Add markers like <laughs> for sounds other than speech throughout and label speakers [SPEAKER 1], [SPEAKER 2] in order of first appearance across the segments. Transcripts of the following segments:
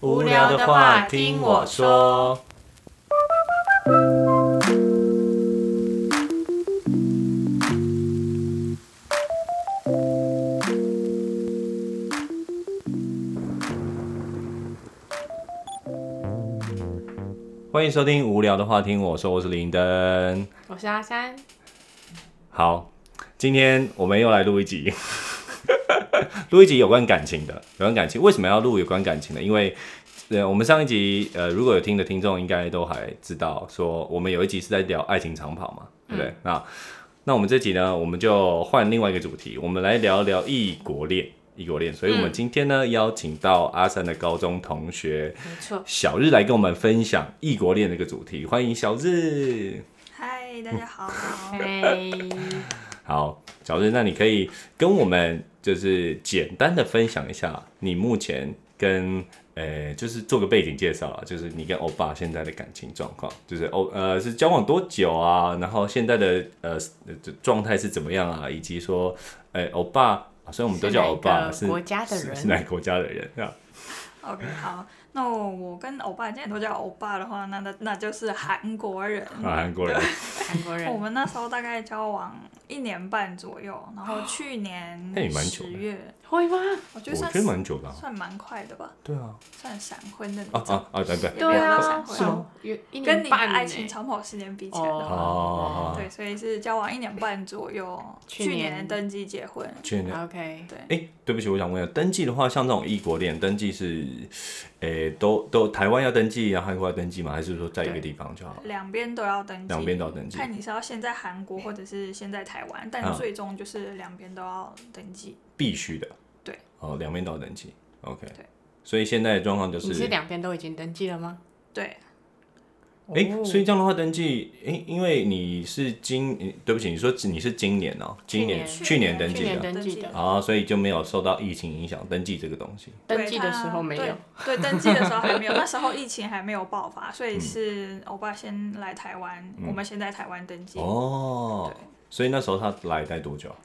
[SPEAKER 1] 无聊的话听我说。欢迎收听《无聊的话听我说》，我是林登。
[SPEAKER 2] 我是阿三，
[SPEAKER 1] 好，今天我们又来录一集， <laughs> 录一集有关感情的，有关感情。为什么要录有关感情的？因为呃，我们上一集呃，如果有听的听众应该都还知道，说我们有一集是在聊爱情长跑嘛，对不对？那那我们这集呢，我们就换另外一个主题，我们来聊聊异国恋，异国恋。所以我们
[SPEAKER 2] 嗯
[SPEAKER 1] 今天呢，邀请到阿三的高中同学
[SPEAKER 2] 没错，
[SPEAKER 1] 小日来跟我们分享异国恋的一个主题，欢迎小日。
[SPEAKER 3] 嗨，大家好。
[SPEAKER 2] 嘿，
[SPEAKER 1] 好，小日，那你可以跟我们就是简单的分享一下你目前跟呃，就是做个背景介绍啊，就是你跟欧巴现在的感情状况，就是欧呃是交往多久啊，然后现在的呃呃这状态是怎么样啊，以及说呃欧巴，啊虽然我们都叫欧巴，
[SPEAKER 2] 是
[SPEAKER 1] 是
[SPEAKER 2] 哪个国家的人
[SPEAKER 1] 是是哪个国家的人啊？
[SPEAKER 3] OK，好，那我跟欧巴，既然都叫欧巴的话，那那那就是韩国人。
[SPEAKER 1] 啊韩国人，
[SPEAKER 2] 韩国
[SPEAKER 3] 我
[SPEAKER 2] 人，
[SPEAKER 3] 们那时候大概交往一年半左右，然后去
[SPEAKER 1] 那也
[SPEAKER 3] 年
[SPEAKER 1] 蛮久的
[SPEAKER 3] 十月，
[SPEAKER 2] 会吗？
[SPEAKER 3] 我觉
[SPEAKER 1] 我
[SPEAKER 3] 得算
[SPEAKER 1] 觉得蛮久的啊、
[SPEAKER 3] 算蛮快的吧，
[SPEAKER 1] 对啊，
[SPEAKER 3] 算闪婚的那
[SPEAKER 1] 啊
[SPEAKER 2] 嗯
[SPEAKER 3] 种。
[SPEAKER 1] 啊啊，对对，
[SPEAKER 3] 也没有到闪
[SPEAKER 1] 是
[SPEAKER 3] 婚，
[SPEAKER 1] 吗
[SPEAKER 2] 有一
[SPEAKER 3] 跟
[SPEAKER 2] 年
[SPEAKER 3] 你的
[SPEAKER 2] 半呢
[SPEAKER 3] 爱情长跑时间比起来的话，
[SPEAKER 1] 哦
[SPEAKER 3] 对，所以是交往一年半左右，
[SPEAKER 2] 去
[SPEAKER 3] 去
[SPEAKER 2] 年
[SPEAKER 3] 年登记结婚。
[SPEAKER 1] 去年
[SPEAKER 2] OK，
[SPEAKER 3] 对，
[SPEAKER 1] 哎、对不起，我想问一下，登记的话，像这种异国恋登记是，诶、都都台湾要登记，然后韩国要登记吗？还是说在一个
[SPEAKER 2] 对
[SPEAKER 1] 地方就好？
[SPEAKER 3] 两边都要登记，
[SPEAKER 1] 两边都要登记
[SPEAKER 3] 看你是要先在韩国或者是先在台湾，
[SPEAKER 1] 嗯
[SPEAKER 3] 但最终就是两边都要登记。
[SPEAKER 1] 必须的。
[SPEAKER 3] 对。
[SPEAKER 1] 哦，两边都要登记。OK。
[SPEAKER 3] 对。
[SPEAKER 1] 所以现在的状况就
[SPEAKER 2] 你
[SPEAKER 1] 是，
[SPEAKER 2] 是两边都已经登记了吗？
[SPEAKER 3] 对，
[SPEAKER 1] 哎、
[SPEAKER 2] 哦
[SPEAKER 1] 所以这样的话登记，哎、因为你是今，你对不起，你说你是今年哦、今年去
[SPEAKER 3] 去
[SPEAKER 1] 年
[SPEAKER 3] 年
[SPEAKER 1] 登
[SPEAKER 2] 去
[SPEAKER 1] 记
[SPEAKER 2] 年
[SPEAKER 1] 的
[SPEAKER 2] 登记的，
[SPEAKER 1] 啊，所以就没有受到疫情影响登记这个东西。
[SPEAKER 2] 登记的时候没
[SPEAKER 3] 对
[SPEAKER 2] 有
[SPEAKER 3] 他。对，登记的时候还
[SPEAKER 2] <laughs>
[SPEAKER 3] 没有，那时候疫情还没有爆发，所以是欧巴先来台湾，我们先在台湾登记。
[SPEAKER 1] 哦。所以那时候他来待多久啊？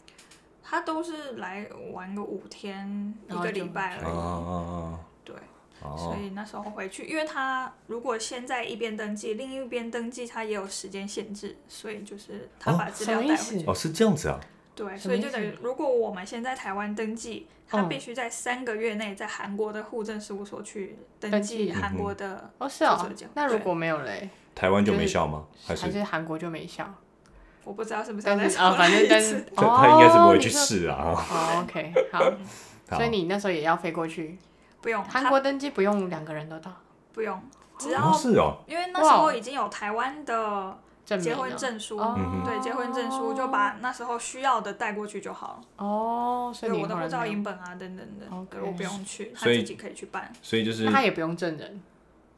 [SPEAKER 3] 他都是来玩个五天一
[SPEAKER 2] 然后就
[SPEAKER 3] 个礼拜
[SPEAKER 1] 哦
[SPEAKER 3] 而已。
[SPEAKER 1] 哦
[SPEAKER 3] 对，
[SPEAKER 1] 哦哦。
[SPEAKER 3] 所以那时候回去，因为他如果先在一边登记，另一边登记，他也有时间限制，所以就是他
[SPEAKER 1] 哦
[SPEAKER 3] 把资
[SPEAKER 2] 什
[SPEAKER 3] 料
[SPEAKER 2] 么
[SPEAKER 3] 带
[SPEAKER 2] 意
[SPEAKER 3] 回
[SPEAKER 2] 思
[SPEAKER 3] 去。
[SPEAKER 1] 哦，是这样子啊。
[SPEAKER 3] 对，
[SPEAKER 2] 什
[SPEAKER 3] 所
[SPEAKER 2] 么
[SPEAKER 3] 以
[SPEAKER 2] 意
[SPEAKER 3] 就等于
[SPEAKER 2] 思
[SPEAKER 3] 如果我们先在台湾登记，他
[SPEAKER 2] 嗯
[SPEAKER 3] 必须在三个月内在韩国的户政事务所去
[SPEAKER 2] 登
[SPEAKER 3] 登
[SPEAKER 2] 记
[SPEAKER 3] 记韩
[SPEAKER 1] 嗯哼
[SPEAKER 3] 国的，
[SPEAKER 2] 哦，是
[SPEAKER 3] 负
[SPEAKER 2] 哦
[SPEAKER 3] 责这样。
[SPEAKER 2] 那如果没有嘞，
[SPEAKER 1] 台湾就
[SPEAKER 2] 就
[SPEAKER 1] 没
[SPEAKER 2] 是
[SPEAKER 1] 效吗？还是
[SPEAKER 2] 还是韩国就没效？
[SPEAKER 3] 我不知道是不是要
[SPEAKER 2] 但
[SPEAKER 3] 再
[SPEAKER 2] 是啊，
[SPEAKER 3] 重
[SPEAKER 2] 反
[SPEAKER 3] 来
[SPEAKER 2] 正
[SPEAKER 3] 一
[SPEAKER 2] 但
[SPEAKER 3] 次
[SPEAKER 2] 是
[SPEAKER 1] 他他应该是不会去。
[SPEAKER 2] 哦
[SPEAKER 1] 试啊。
[SPEAKER 2] 你说哦，OK，好，
[SPEAKER 1] <laughs> 好
[SPEAKER 2] 所以你那时候也要飞过去。
[SPEAKER 3] 不用
[SPEAKER 2] 韩
[SPEAKER 3] 他
[SPEAKER 2] 国登记不用两个人都到，
[SPEAKER 3] 不用，只
[SPEAKER 1] 哦
[SPEAKER 3] 要
[SPEAKER 1] 是哦，
[SPEAKER 3] 因为那时候
[SPEAKER 2] 哇
[SPEAKER 3] 已经有台湾的
[SPEAKER 2] 证明
[SPEAKER 3] 结
[SPEAKER 2] 了
[SPEAKER 3] 婚证书，
[SPEAKER 2] 哦
[SPEAKER 1] 嗯哼
[SPEAKER 3] 对，结婚证书就把那时候需要的带过去就好了。
[SPEAKER 2] 哦，所
[SPEAKER 3] 对，
[SPEAKER 2] 以你
[SPEAKER 3] 我的
[SPEAKER 2] 后来
[SPEAKER 3] 护照
[SPEAKER 2] 没有
[SPEAKER 3] 影本啊等等的，
[SPEAKER 2] OK
[SPEAKER 3] 对，我不用去，他
[SPEAKER 1] 所以
[SPEAKER 3] 自己可以去办。
[SPEAKER 1] 所以就是
[SPEAKER 2] 那他也不用证人，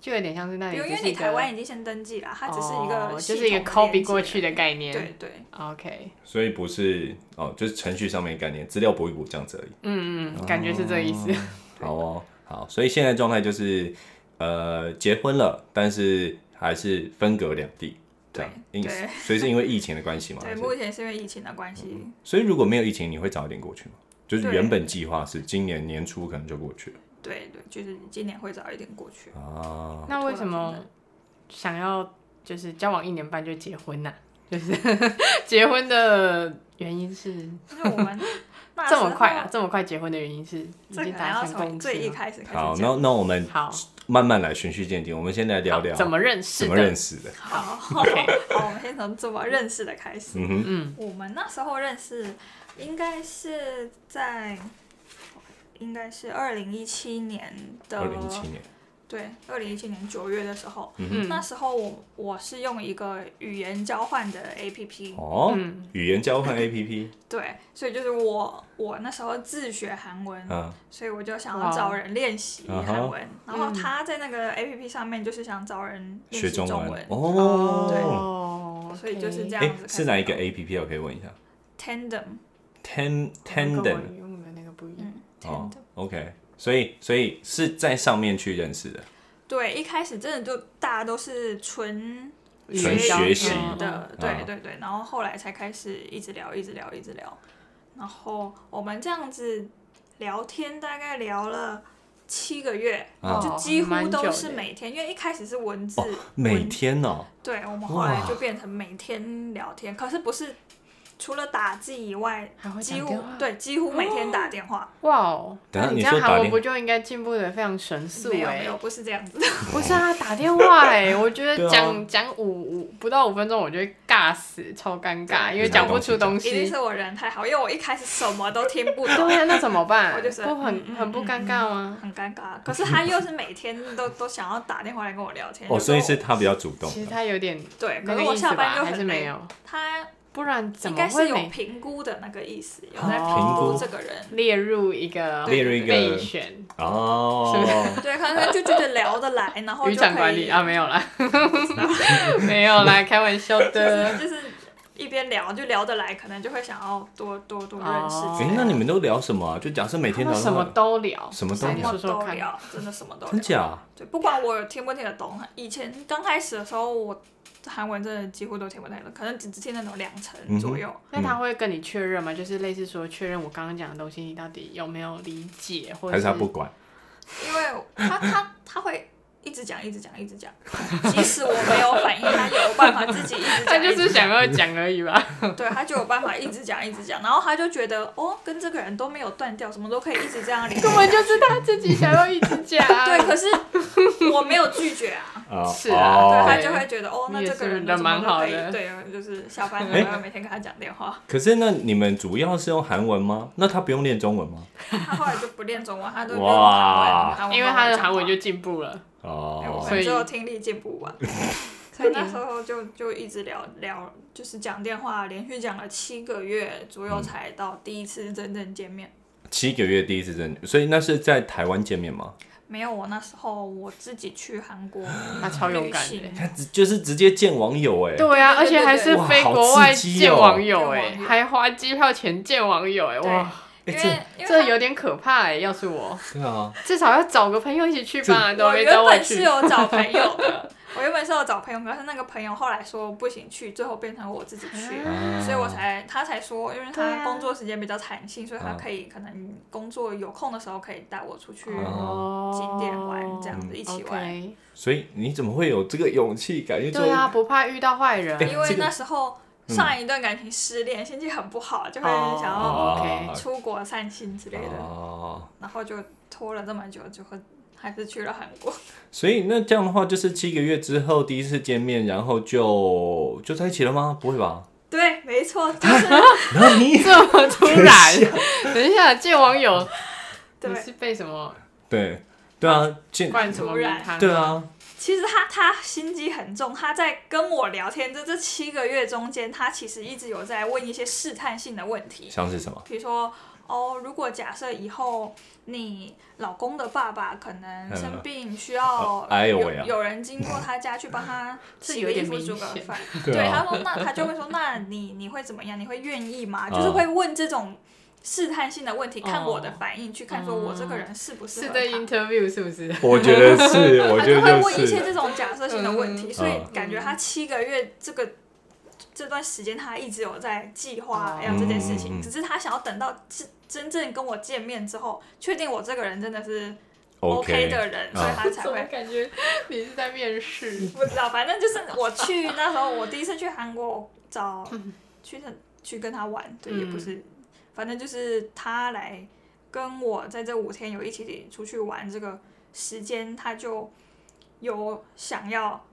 [SPEAKER 2] 就有点像是那
[SPEAKER 3] 比
[SPEAKER 2] 里
[SPEAKER 3] 如
[SPEAKER 2] 只
[SPEAKER 3] 因
[SPEAKER 2] 是
[SPEAKER 3] 为你
[SPEAKER 2] 一个
[SPEAKER 3] 台湾已经先登记了，它只是一个
[SPEAKER 2] 哦
[SPEAKER 3] 系
[SPEAKER 2] 就是一个
[SPEAKER 3] 统的
[SPEAKER 2] copy 过
[SPEAKER 3] 连接
[SPEAKER 2] 去的概念。
[SPEAKER 3] 对对。
[SPEAKER 2] ，OK，
[SPEAKER 1] 所以不是哦，就是程序上面的概念，资料补一补这样子而已。
[SPEAKER 2] 嗯嗯，感觉是这个意思。
[SPEAKER 1] 好哦，好，所以现在状态就是呃结婚了，但是还是分隔两地，这样，
[SPEAKER 3] 对
[SPEAKER 1] 因
[SPEAKER 3] 对
[SPEAKER 1] 所以是因为疫情的关
[SPEAKER 2] <laughs>
[SPEAKER 1] 系嘛。
[SPEAKER 3] 对，
[SPEAKER 1] 还是
[SPEAKER 3] 目前是因为疫情的关系，
[SPEAKER 1] 所以如果没有疫情，你会早一点过去吗？就是
[SPEAKER 3] 对
[SPEAKER 1] 原本计划是今年年初可能就过去了
[SPEAKER 3] 对对，就是今年会早一点过去。
[SPEAKER 1] 啊。
[SPEAKER 2] <laughs> 那为什
[SPEAKER 3] 拖到
[SPEAKER 2] 么
[SPEAKER 3] 现
[SPEAKER 2] 想要就是交往一年半就结婚呢、啊 <laughs> 就是结婚的原因是
[SPEAKER 3] 在？因为我们 <laughs> 那时
[SPEAKER 2] 这
[SPEAKER 3] 候
[SPEAKER 2] 么快啊，，这么快结婚的原因是已
[SPEAKER 3] 这可
[SPEAKER 2] 经
[SPEAKER 3] 能
[SPEAKER 2] 达
[SPEAKER 3] 要
[SPEAKER 2] 成共
[SPEAKER 3] 从最
[SPEAKER 2] 识
[SPEAKER 3] 一
[SPEAKER 2] 吗。
[SPEAKER 3] 开始开
[SPEAKER 1] 好，
[SPEAKER 3] 始
[SPEAKER 1] 那
[SPEAKER 3] 讲。
[SPEAKER 1] 那我们
[SPEAKER 2] 好，
[SPEAKER 1] 慢慢来循序渐进，我们先来聊
[SPEAKER 2] 好
[SPEAKER 1] 聊
[SPEAKER 2] 怎么认识
[SPEAKER 1] 怎
[SPEAKER 2] 的？
[SPEAKER 1] 么认识的。
[SPEAKER 3] 好， <laughs> 好，我们先从怎么认识的开始。
[SPEAKER 1] 嗯哼，
[SPEAKER 2] 嗯，
[SPEAKER 3] 我们那时候认识，应该是在，应该是二零一七年的
[SPEAKER 1] 二零一七年。
[SPEAKER 3] 对，二零一七年九月的时候，
[SPEAKER 2] 嗯
[SPEAKER 3] 那时候我我是用一个语言交换的 APP，
[SPEAKER 1] 哦，
[SPEAKER 2] 嗯
[SPEAKER 1] 语言交换 A P P，
[SPEAKER 3] 对，所以就是我我那时候自学韩文，
[SPEAKER 2] <laughs>
[SPEAKER 1] 嗯，
[SPEAKER 3] 所以我就想
[SPEAKER 2] 哇
[SPEAKER 3] 要找人练习
[SPEAKER 1] 啊哈
[SPEAKER 3] 韩文，然后
[SPEAKER 2] 嗯
[SPEAKER 3] 他在那个 A P P 上面就是想找人练
[SPEAKER 1] 学
[SPEAKER 3] 习
[SPEAKER 1] 中
[SPEAKER 3] 中
[SPEAKER 1] 文哦。
[SPEAKER 2] 哦，
[SPEAKER 3] 所以就是这
[SPEAKER 1] 哎、
[SPEAKER 3] 样子开始
[SPEAKER 1] 是哪一个 A P P？我可以问一下。
[SPEAKER 3] Tandem，
[SPEAKER 2] 哦
[SPEAKER 1] Ten
[SPEAKER 2] 跟我
[SPEAKER 1] Tandem
[SPEAKER 2] 用的那个不一样。
[SPEAKER 3] 嗯
[SPEAKER 1] 哦
[SPEAKER 3] ，Tandem，
[SPEAKER 1] ，OK，所以所以是在上面去认识的，
[SPEAKER 3] 对，一开始真的就大家都是纯
[SPEAKER 2] 语
[SPEAKER 1] 纯
[SPEAKER 2] 言交
[SPEAKER 1] 学习
[SPEAKER 2] 换
[SPEAKER 3] 的
[SPEAKER 1] 嗯，
[SPEAKER 3] 对对对，然后后来才开始一直聊，一直聊，一直聊，然后我们这样子聊天大概聊了七个月，
[SPEAKER 1] 啊
[SPEAKER 3] 就几乎
[SPEAKER 2] 哦蛮久
[SPEAKER 3] 都
[SPEAKER 2] 的
[SPEAKER 3] 是每天，因为一开始是文字，
[SPEAKER 1] 哦每
[SPEAKER 3] 文
[SPEAKER 1] 天哦，
[SPEAKER 3] 对我们后来
[SPEAKER 1] 哇
[SPEAKER 3] 就变成每天聊天，可是不是除了打字以外，
[SPEAKER 2] 还会
[SPEAKER 3] 几
[SPEAKER 2] 讲
[SPEAKER 3] 乎
[SPEAKER 2] 电话，
[SPEAKER 3] 对几乎每天打电话，
[SPEAKER 2] 哇哦！
[SPEAKER 1] 等一下
[SPEAKER 2] 那你
[SPEAKER 1] 你
[SPEAKER 2] 这样
[SPEAKER 1] 说打
[SPEAKER 2] 韩文
[SPEAKER 1] 电
[SPEAKER 2] 不就应该进步的非常神速
[SPEAKER 3] 没有
[SPEAKER 2] 哎、
[SPEAKER 3] 没有不是这样子，
[SPEAKER 2] 不是啊，打电话
[SPEAKER 1] <laughs>
[SPEAKER 2] 哎、我觉
[SPEAKER 1] 对
[SPEAKER 2] 得
[SPEAKER 1] 啊
[SPEAKER 2] 讲讲、五五不到五分钟，我就会尬死，超尴尬，
[SPEAKER 1] 啊
[SPEAKER 3] 对
[SPEAKER 2] 因为讲不出东
[SPEAKER 3] 一定
[SPEAKER 2] 西
[SPEAKER 3] 是。我人太好，因为我一开始什么都听
[SPEAKER 2] <laughs>
[SPEAKER 3] 不懂
[SPEAKER 2] 对。啊，那怎么办？
[SPEAKER 3] <laughs> 我就是
[SPEAKER 2] 不很、
[SPEAKER 3] 嗯嗯
[SPEAKER 2] 很不尴尬吗？
[SPEAKER 3] 很尴
[SPEAKER 1] <laughs>
[SPEAKER 3] 尬，可是他又是每天都都想要打电话来跟我聊天，
[SPEAKER 1] 哦，
[SPEAKER 3] 就
[SPEAKER 1] 所
[SPEAKER 3] 说
[SPEAKER 1] 以是他比较主动
[SPEAKER 2] 其实
[SPEAKER 1] 的，
[SPEAKER 2] 他有点
[SPEAKER 3] 对，
[SPEAKER 2] 那
[SPEAKER 3] 可
[SPEAKER 2] 个
[SPEAKER 3] 是我
[SPEAKER 2] 意思
[SPEAKER 3] 下班
[SPEAKER 2] 吧，
[SPEAKER 3] 又
[SPEAKER 2] 还是
[SPEAKER 3] 很
[SPEAKER 2] 没
[SPEAKER 3] 累，
[SPEAKER 2] 有，
[SPEAKER 3] 他
[SPEAKER 2] 不然怎么
[SPEAKER 3] 应该是
[SPEAKER 2] 会
[SPEAKER 3] 有
[SPEAKER 2] 没
[SPEAKER 3] 评估的那个意思，有
[SPEAKER 1] 哦
[SPEAKER 3] 在评估这个人，
[SPEAKER 2] 列入一个
[SPEAKER 1] 列入一个
[SPEAKER 2] 备选
[SPEAKER 1] 哦，
[SPEAKER 3] 对，可能就觉得聊得来，然后
[SPEAKER 2] 渔
[SPEAKER 3] 哦就可
[SPEAKER 2] 场
[SPEAKER 3] 以
[SPEAKER 2] 管理啊？没有
[SPEAKER 3] <laughs>
[SPEAKER 2] 啦，没有啦，开玩笑的。
[SPEAKER 3] 就是一边聊就聊得来，可能就会想要多多多认识
[SPEAKER 2] 哦
[SPEAKER 3] 之
[SPEAKER 1] 哎
[SPEAKER 3] 类
[SPEAKER 1] 那
[SPEAKER 3] 的。，
[SPEAKER 1] 你们都聊什么啊？就假设每天早
[SPEAKER 2] 他们什么
[SPEAKER 1] 上，
[SPEAKER 2] 都聊，
[SPEAKER 1] 什么都
[SPEAKER 2] 来
[SPEAKER 1] 聊
[SPEAKER 2] 你
[SPEAKER 3] 什
[SPEAKER 2] 说
[SPEAKER 3] 么
[SPEAKER 2] 说
[SPEAKER 3] 都
[SPEAKER 2] 看。
[SPEAKER 3] 聊，真的什么都
[SPEAKER 1] 真
[SPEAKER 3] 聊。
[SPEAKER 1] 假？
[SPEAKER 3] 对，不管我听不听得懂，以前刚开始的时候，我韩文真的几乎都听不太懂，可能只只听得懂两
[SPEAKER 1] 嗯
[SPEAKER 3] 成左右。
[SPEAKER 2] 那他会跟你确认吗？就是类似说确认我刚刚讲的东西，你到底有没有理解，或
[SPEAKER 1] 还
[SPEAKER 2] 者
[SPEAKER 1] 是他不管？
[SPEAKER 3] 因为他他他会一直讲，一直讲，一直讲，即使我没有反应，他有办法自己一直
[SPEAKER 2] <laughs> 他
[SPEAKER 3] 讲，
[SPEAKER 2] 就
[SPEAKER 3] 一直
[SPEAKER 2] 是想要讲而
[SPEAKER 1] <laughs>
[SPEAKER 2] 已吧？
[SPEAKER 3] 讲对，他就有办法一直讲，一直讲，然后他就觉得哦，跟这个人都没有断掉，什么都可以一直这样连。
[SPEAKER 2] 根本就是他自己想要一直讲。
[SPEAKER 3] <laughs> 对，可是我没有拒
[SPEAKER 2] <laughs>
[SPEAKER 3] 绝啊，
[SPEAKER 1] 啊
[SPEAKER 2] 是啊
[SPEAKER 3] 对
[SPEAKER 1] 哦
[SPEAKER 3] 他就会觉得哦，
[SPEAKER 2] 你
[SPEAKER 3] 那
[SPEAKER 2] 也
[SPEAKER 3] 这个
[SPEAKER 2] 是
[SPEAKER 3] 人
[SPEAKER 2] 人蛮好的
[SPEAKER 3] 什么都可以对，就是下班了
[SPEAKER 1] 哎
[SPEAKER 3] 然后每天跟他讲电话，
[SPEAKER 1] 可是那你们主要是用韩文吗？那他不用练中文吗？
[SPEAKER 3] 他后来就不练中文，他都用
[SPEAKER 1] 哇
[SPEAKER 3] 韩文，
[SPEAKER 2] 因为他的韩文
[SPEAKER 3] 就
[SPEAKER 2] 就进步了，
[SPEAKER 1] 哦，
[SPEAKER 2] 所以
[SPEAKER 3] 只有听力进步吧。所以那时候就就一直聊聊，就是讲电话，连续讲了七个月左右，才到第一次真正见面。
[SPEAKER 1] 七个月第一次真，所以那是在台湾见面吗？
[SPEAKER 3] 没有，我那时候我自己去韩国
[SPEAKER 2] 他超勇
[SPEAKER 3] 旅
[SPEAKER 2] 敢的
[SPEAKER 1] <laughs>
[SPEAKER 3] 行。。
[SPEAKER 1] 他只就是直接见网友哎，
[SPEAKER 2] 对啊，而
[SPEAKER 3] 对对
[SPEAKER 2] 且还是
[SPEAKER 1] 对
[SPEAKER 2] 飞
[SPEAKER 1] 哇好
[SPEAKER 2] 国外
[SPEAKER 1] 刺激哦
[SPEAKER 2] 见网友哎、
[SPEAKER 3] 见网友
[SPEAKER 2] 还花机票钱见网友哎、
[SPEAKER 3] 对
[SPEAKER 2] 哇，
[SPEAKER 1] 哎
[SPEAKER 3] 因为因为
[SPEAKER 2] 这有点可怕哎、要是我，
[SPEAKER 1] 对啊，
[SPEAKER 2] 至少要找个朋友一起去吧，都
[SPEAKER 3] 我
[SPEAKER 2] 没
[SPEAKER 3] 原
[SPEAKER 2] 找我
[SPEAKER 3] 本是
[SPEAKER 2] 去。
[SPEAKER 3] 有找朋友的，
[SPEAKER 2] <laughs>
[SPEAKER 3] 我原本是有找朋友，可是那个朋友后来说不行去，最后变成我自己去，
[SPEAKER 1] 啊
[SPEAKER 3] 所以我才他才说，因为
[SPEAKER 2] 对啊
[SPEAKER 3] 他工作时间比较弹性，所以他
[SPEAKER 1] 啊
[SPEAKER 3] 可以可能工作有空的时候可以带我出去
[SPEAKER 1] 啊
[SPEAKER 2] 哦
[SPEAKER 3] 景点玩，这样子一起玩。
[SPEAKER 2] OK
[SPEAKER 1] 所以你怎么会有这个勇气敢去做
[SPEAKER 2] 对？啊，不怕遇到坏人。
[SPEAKER 1] 哎
[SPEAKER 3] 因
[SPEAKER 1] 这
[SPEAKER 3] 为
[SPEAKER 1] 个
[SPEAKER 3] 那时候上一段感情失恋，心情很不好，就会想要
[SPEAKER 2] 哦
[SPEAKER 1] 啊
[SPEAKER 3] 出国散心之类的，
[SPEAKER 1] 哦，
[SPEAKER 3] 然后就拖了这么久，最后还是去了韩国。 <laughs>
[SPEAKER 1] 所以那这样的话，就是七个月之后第一次见面，然后就就在一起了吗？不会吧？
[SPEAKER 3] 对，没错， <laughs> 就是
[SPEAKER 1] 然后你
[SPEAKER 2] <laughs> 这么突然
[SPEAKER 1] <laughs> 等一，
[SPEAKER 2] 等一下见网友，你
[SPEAKER 3] 对。
[SPEAKER 2] 是被什么
[SPEAKER 1] 对对啊，见
[SPEAKER 2] 灌什么迷汤？
[SPEAKER 1] 对，啊，
[SPEAKER 3] 其实他他心机很重，他在跟我聊天这这七个月中间，他其实一直有在问一些试探性的问题，
[SPEAKER 1] 像是什么？
[SPEAKER 3] 比如说，哦，如果假设以后你老公的爸爸可能生病，需要
[SPEAKER 1] 呃嗯哎呦
[SPEAKER 3] 有
[SPEAKER 1] 喂啊
[SPEAKER 3] 有人经过他家去帮他
[SPEAKER 2] <laughs> 这
[SPEAKER 3] 洗
[SPEAKER 2] 有
[SPEAKER 3] 个衣
[SPEAKER 2] 点
[SPEAKER 3] 服、
[SPEAKER 2] 明
[SPEAKER 3] 煮个
[SPEAKER 2] 显
[SPEAKER 3] 饭。
[SPEAKER 1] 对
[SPEAKER 3] 对，
[SPEAKER 1] 啊
[SPEAKER 3] 他说那他就会说，那你你会怎么样？你会愿意吗？就是
[SPEAKER 1] 啊
[SPEAKER 3] 会问这种试探性的问题，看我的
[SPEAKER 2] 哦
[SPEAKER 3] 反应，去看说我这个人适不适
[SPEAKER 2] 是
[SPEAKER 3] 合
[SPEAKER 2] 在
[SPEAKER 3] 他。
[SPEAKER 2] interview 是不是？
[SPEAKER 1] 我觉得
[SPEAKER 3] <laughs>
[SPEAKER 1] 是，我
[SPEAKER 3] 他
[SPEAKER 1] 觉
[SPEAKER 3] 就
[SPEAKER 1] 得
[SPEAKER 3] 会
[SPEAKER 1] 就
[SPEAKER 3] 问一些
[SPEAKER 1] 是
[SPEAKER 3] 这种假设性的问题，
[SPEAKER 2] 嗯
[SPEAKER 3] 所以
[SPEAKER 1] 嗯
[SPEAKER 3] 感觉他七个月这个这段时间，他一直有在计划要这件事
[SPEAKER 1] 嗯嗯
[SPEAKER 3] 情，
[SPEAKER 1] 嗯
[SPEAKER 3] 只是他想要等到真真正跟我见面之后，确定我这个人真的是 OK 的人，
[SPEAKER 1] 啊
[SPEAKER 3] 所以他才
[SPEAKER 2] 怎么
[SPEAKER 3] 会。
[SPEAKER 2] 感觉你是在面试？
[SPEAKER 3] 不知道，反正就是我去那时候，我第一次去韩国我
[SPEAKER 2] <laughs>
[SPEAKER 3] 找去他去跟他玩，对，
[SPEAKER 2] 嗯
[SPEAKER 3] 也不是，反正就是他来跟我在这五天有一起出去玩，这个时间他就有想要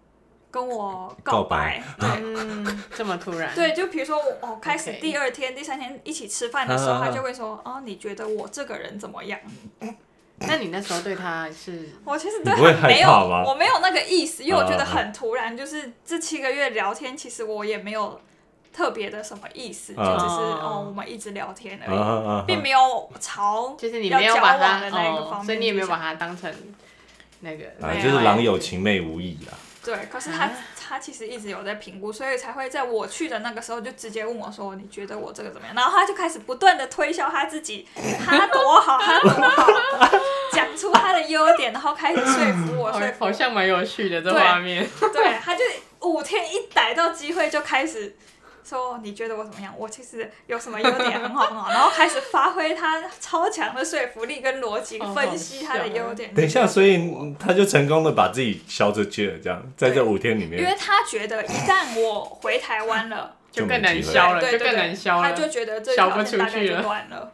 [SPEAKER 3] 跟我告白，对。
[SPEAKER 2] 嗯，这么突然？，
[SPEAKER 3] 对，就比如说我哦，开始
[SPEAKER 2] OK
[SPEAKER 3] 第二天、第三天一起吃饭的时候，
[SPEAKER 1] 啊啊啊
[SPEAKER 3] 他就会说：“哦，你觉得我这个人怎么样
[SPEAKER 2] 那你那时候对他是？”
[SPEAKER 3] 我其实
[SPEAKER 1] 你
[SPEAKER 3] 对
[SPEAKER 1] 不会害
[SPEAKER 3] 没有，
[SPEAKER 1] 怕吗
[SPEAKER 3] 我没有那个意思，因为我觉得
[SPEAKER 1] 啊啊啊
[SPEAKER 3] 很突然，就是这七个月聊天，其实我也没有特别的什么意思，
[SPEAKER 1] 啊
[SPEAKER 3] 就只是哦，我们一直聊天
[SPEAKER 1] 啊
[SPEAKER 3] 而已，
[SPEAKER 1] 啊啊
[SPEAKER 3] 并没有朝
[SPEAKER 2] 就是你没有把
[SPEAKER 3] 要交往
[SPEAKER 2] 他
[SPEAKER 3] 的那一个方面
[SPEAKER 2] 哦，所以你也没有
[SPEAKER 3] 去想
[SPEAKER 2] 把他当成那个，
[SPEAKER 1] 啊，
[SPEAKER 3] 没
[SPEAKER 1] 就
[SPEAKER 3] 有
[SPEAKER 1] 是
[SPEAKER 3] 哎
[SPEAKER 1] 郎有情妹无意啦。
[SPEAKER 3] 对。可是他他其实一直有在评估，所以才会在我去的那个时候就直接问我说：“你觉得我这个怎么样？”然后他就开始不断的推销他自己，他多好，他多好，讲出他的优点，然后开始说服我，
[SPEAKER 2] 好
[SPEAKER 3] 说服
[SPEAKER 2] 好
[SPEAKER 3] 我。
[SPEAKER 2] 像蛮有趣的这
[SPEAKER 3] <laughs> 对
[SPEAKER 2] 画面。 <laughs>
[SPEAKER 3] 对，他就五天一逮到机会就开始说你觉得我怎么样？我其实有什么优点，很好很好，然后开始发挥他超强的说服力跟逻辑，
[SPEAKER 2] 哦好好啊
[SPEAKER 3] 分析他的
[SPEAKER 2] 笑
[SPEAKER 3] 优点。
[SPEAKER 1] <laughs> 等一下，所以
[SPEAKER 3] 我
[SPEAKER 1] 他就成功的把自己消出去了，这样在这
[SPEAKER 3] 对
[SPEAKER 1] 五天里
[SPEAKER 3] 因
[SPEAKER 1] 面
[SPEAKER 3] 为他觉得一旦我回台湾了，
[SPEAKER 1] 就
[SPEAKER 2] 就
[SPEAKER 1] 没
[SPEAKER 2] 更难
[SPEAKER 1] 机会
[SPEAKER 2] <laughs> 消了，
[SPEAKER 3] 对
[SPEAKER 2] 就
[SPEAKER 3] 对对，
[SPEAKER 2] 更难消了
[SPEAKER 3] 他。就觉得这条线大概就断了，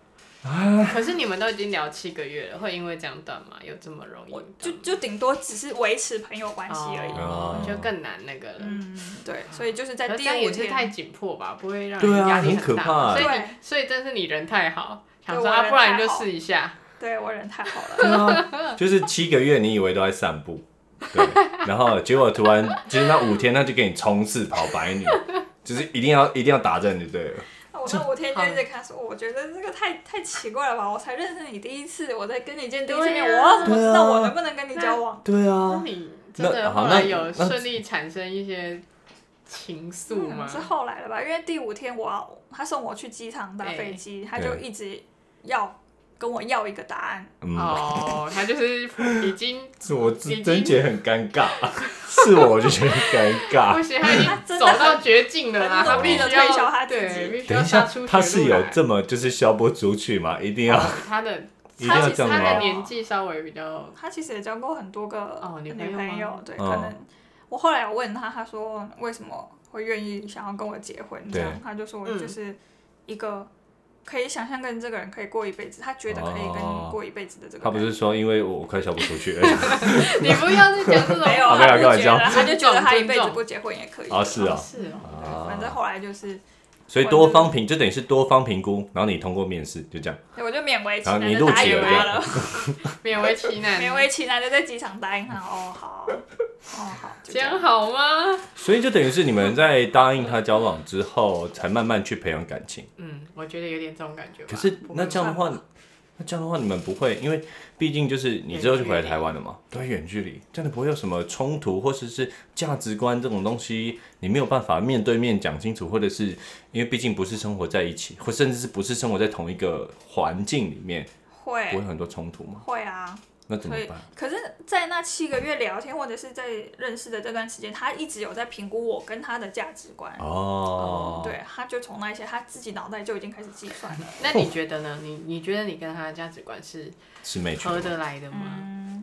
[SPEAKER 2] 可是你们都已经聊七个月了，会因为这样断吗？有这么容易
[SPEAKER 3] 我
[SPEAKER 2] 断吗？
[SPEAKER 3] 就就顶多只是维持朋友关系而已。
[SPEAKER 1] 哦
[SPEAKER 2] 就更难那个了。
[SPEAKER 3] 嗯，对，所以就是在
[SPEAKER 2] 可
[SPEAKER 3] 第
[SPEAKER 2] 是这样
[SPEAKER 3] 五
[SPEAKER 2] 也是太
[SPEAKER 3] 天，
[SPEAKER 2] 紧迫吧，不会让
[SPEAKER 1] 对
[SPEAKER 2] 人
[SPEAKER 1] 啊
[SPEAKER 2] 压力
[SPEAKER 1] 很可
[SPEAKER 2] 大。
[SPEAKER 1] 怕
[SPEAKER 2] 所以
[SPEAKER 3] 对
[SPEAKER 2] 你所以真是你人太好，
[SPEAKER 3] 对
[SPEAKER 2] 想说
[SPEAKER 3] 我
[SPEAKER 2] 啊，
[SPEAKER 3] 人
[SPEAKER 2] 不然
[SPEAKER 3] 太
[SPEAKER 2] 就
[SPEAKER 3] 好
[SPEAKER 2] 试一下。
[SPEAKER 3] 对我人太好了。
[SPEAKER 1] 对啊，就是七个月，你以为都在散步，对，然后结果突然就是那五天，他就给你冲刺跑百米，就是一定要一定要打针就对了。
[SPEAKER 3] 我那五天就一直看说，我觉得这个太太奇怪了吧？我才认识你第一次，我在跟你见第一次面，
[SPEAKER 2] 对啊
[SPEAKER 3] 我要怎么知道
[SPEAKER 1] 对啊
[SPEAKER 3] 我能不能跟你交往？
[SPEAKER 1] 对
[SPEAKER 2] 那
[SPEAKER 1] 啊，
[SPEAKER 2] 你真
[SPEAKER 1] 那
[SPEAKER 2] 的
[SPEAKER 1] 好
[SPEAKER 2] 后来
[SPEAKER 1] 那
[SPEAKER 2] 有
[SPEAKER 1] 那
[SPEAKER 2] 顺利产生一些情愫
[SPEAKER 3] 嗯
[SPEAKER 2] 吗？
[SPEAKER 3] 是后来了吧？因为第五天我要他送我去机场搭飞机，
[SPEAKER 2] 哎
[SPEAKER 3] 他就一直要跟我要一个答案。
[SPEAKER 1] 嗯，
[SPEAKER 2] 哦，他就是已
[SPEAKER 1] <laughs>
[SPEAKER 2] 经
[SPEAKER 1] 是我自
[SPEAKER 2] 已经
[SPEAKER 1] 真姐很尴
[SPEAKER 2] <laughs>
[SPEAKER 1] 尬，是我我就觉得很尴
[SPEAKER 2] 不
[SPEAKER 1] 尬。
[SPEAKER 2] 行，他已
[SPEAKER 3] 他
[SPEAKER 2] 经哎
[SPEAKER 3] 真
[SPEAKER 2] 走
[SPEAKER 3] 的
[SPEAKER 2] 到绝境了啦，
[SPEAKER 3] 很
[SPEAKER 2] 他
[SPEAKER 3] 努
[SPEAKER 2] 必
[SPEAKER 3] 力
[SPEAKER 2] 须
[SPEAKER 3] 地推销
[SPEAKER 2] 要
[SPEAKER 3] 他自己
[SPEAKER 2] 对，必须
[SPEAKER 1] 等
[SPEAKER 2] 要
[SPEAKER 1] 一下
[SPEAKER 2] 杀出，
[SPEAKER 1] 他
[SPEAKER 2] 绝
[SPEAKER 1] 是
[SPEAKER 2] 路
[SPEAKER 1] 有
[SPEAKER 2] 来
[SPEAKER 1] 这么就是消波出去吗？一定要
[SPEAKER 2] 哦他的
[SPEAKER 1] 一定要这样
[SPEAKER 2] 他的
[SPEAKER 1] 吗？
[SPEAKER 2] 年纪稍微比较 <laughs>
[SPEAKER 3] 他其实也交过很多个
[SPEAKER 2] 哦女
[SPEAKER 3] 女
[SPEAKER 2] 朋友
[SPEAKER 3] 朋友
[SPEAKER 2] 吗，
[SPEAKER 3] 对，
[SPEAKER 1] 嗯
[SPEAKER 3] 可能我后来有问他，他说为什么会愿意想要跟我结婚这样
[SPEAKER 1] 对，
[SPEAKER 3] 他就说
[SPEAKER 2] 嗯
[SPEAKER 3] 就是一个可以想象跟这个人可以过一辈子，他觉得可以跟
[SPEAKER 1] 哦
[SPEAKER 3] 你过一辈子的这个人。
[SPEAKER 1] 他不是说因为我我快消不出去了，
[SPEAKER 2] 你不要是讲这种
[SPEAKER 3] 没
[SPEAKER 1] <laughs>
[SPEAKER 3] 有，啊
[SPEAKER 1] 好没有
[SPEAKER 3] 他
[SPEAKER 1] 开玩
[SPEAKER 3] 不觉
[SPEAKER 1] 笑
[SPEAKER 3] 得，他就觉得他一辈
[SPEAKER 2] 尊
[SPEAKER 3] 子
[SPEAKER 2] 重
[SPEAKER 3] 不结婚也可以。
[SPEAKER 1] 啊是
[SPEAKER 2] <laughs>
[SPEAKER 1] 啊，
[SPEAKER 2] 是哦，
[SPEAKER 3] 对反正后来就是，
[SPEAKER 1] 所以多方评就等于是多方评估，然后你通过面试就这样。
[SPEAKER 3] 对我就勉为其
[SPEAKER 1] 然后
[SPEAKER 3] 难
[SPEAKER 1] 你
[SPEAKER 3] 的
[SPEAKER 1] 录
[SPEAKER 3] 答
[SPEAKER 1] 取
[SPEAKER 3] 应
[SPEAKER 2] 了
[SPEAKER 3] 他了，
[SPEAKER 2] 勉为其难，
[SPEAKER 3] 勉为其难的在机场答应他。哦，好，哦好，
[SPEAKER 2] 这
[SPEAKER 3] 就这样
[SPEAKER 2] 样。好吗？
[SPEAKER 1] 所以就等于是你们在答应他交往之后，才慢慢去培养感情。
[SPEAKER 2] 嗯，我觉得有点这种感觉吧。
[SPEAKER 1] 可是
[SPEAKER 2] 不会
[SPEAKER 1] 那这样的话，那这样的话你们不会，因为毕竟就是你之后就回来台湾了嘛，对，远距离真的不会有什么冲突，或者是价值观这种东西，你没有办法面对面讲清楚，或者是因为毕竟不是生活在一起，或甚至是不是生活在同一个环境里面，不会有
[SPEAKER 3] 会
[SPEAKER 1] 很多冲突吗？
[SPEAKER 3] 会啊，
[SPEAKER 1] 那怎么
[SPEAKER 3] 所以
[SPEAKER 1] 办？
[SPEAKER 3] 可是，在那七个月聊天或者是在认识的这段时间，他一直有在评估我跟他的价值观。
[SPEAKER 1] 哦，
[SPEAKER 3] 对，他就从那一些他自己脑袋就已经开始计算了。
[SPEAKER 2] 那你觉得呢？你你觉得你跟他的价值观是
[SPEAKER 1] 是没
[SPEAKER 2] 合
[SPEAKER 1] 错。
[SPEAKER 2] 得来的吗？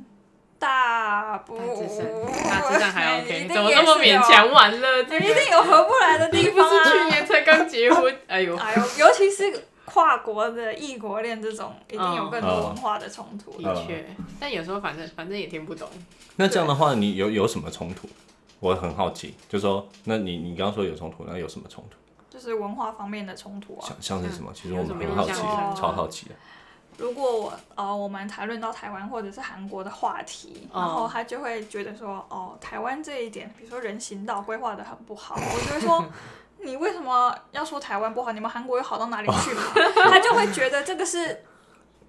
[SPEAKER 3] 大不，
[SPEAKER 2] 大致上，大致上还
[SPEAKER 3] 嗯一
[SPEAKER 2] OK，
[SPEAKER 3] 定
[SPEAKER 2] 你怎
[SPEAKER 3] 哦
[SPEAKER 2] 么
[SPEAKER 3] 也
[SPEAKER 2] 这么
[SPEAKER 3] 是
[SPEAKER 2] 勉
[SPEAKER 3] 有？
[SPEAKER 2] 强完了？
[SPEAKER 3] 你一定有合不来的
[SPEAKER 2] <laughs> 你
[SPEAKER 3] 地
[SPEAKER 2] 不
[SPEAKER 3] 方
[SPEAKER 2] <laughs> 是去
[SPEAKER 3] 啊！
[SPEAKER 2] 年才刚结
[SPEAKER 3] <laughs>
[SPEAKER 2] 婚？哎呦，
[SPEAKER 3] 哎呦，尤其是跨国的异国恋这种，一定有更多文化的冲突了。
[SPEAKER 2] 的确，
[SPEAKER 1] 呃
[SPEAKER 2] 但有时候反正反正也听不懂。
[SPEAKER 1] 那这样的话，你有有什么冲突？我很好奇，就说，那你你刚刚说有冲突，那有什么冲突？
[SPEAKER 3] 就是文化方面的冲突啊。
[SPEAKER 1] 像像是什么？其实我们
[SPEAKER 2] 有什
[SPEAKER 1] 很
[SPEAKER 2] 么
[SPEAKER 1] 好奇
[SPEAKER 3] 印象
[SPEAKER 1] 的，
[SPEAKER 3] 吗
[SPEAKER 1] 超好奇的。
[SPEAKER 3] 如果我呃，我们谈论到台湾或者是韩国的话题，
[SPEAKER 2] 哦
[SPEAKER 3] 然后他就会觉得说，哦，台湾这一点，比如说人行道规划的很不好，我就
[SPEAKER 2] <laughs>
[SPEAKER 3] 会说。你为什么要说台湾不好？你们韩国有好到哪里去吗？
[SPEAKER 2] <laughs>
[SPEAKER 3] 他就会觉得这个是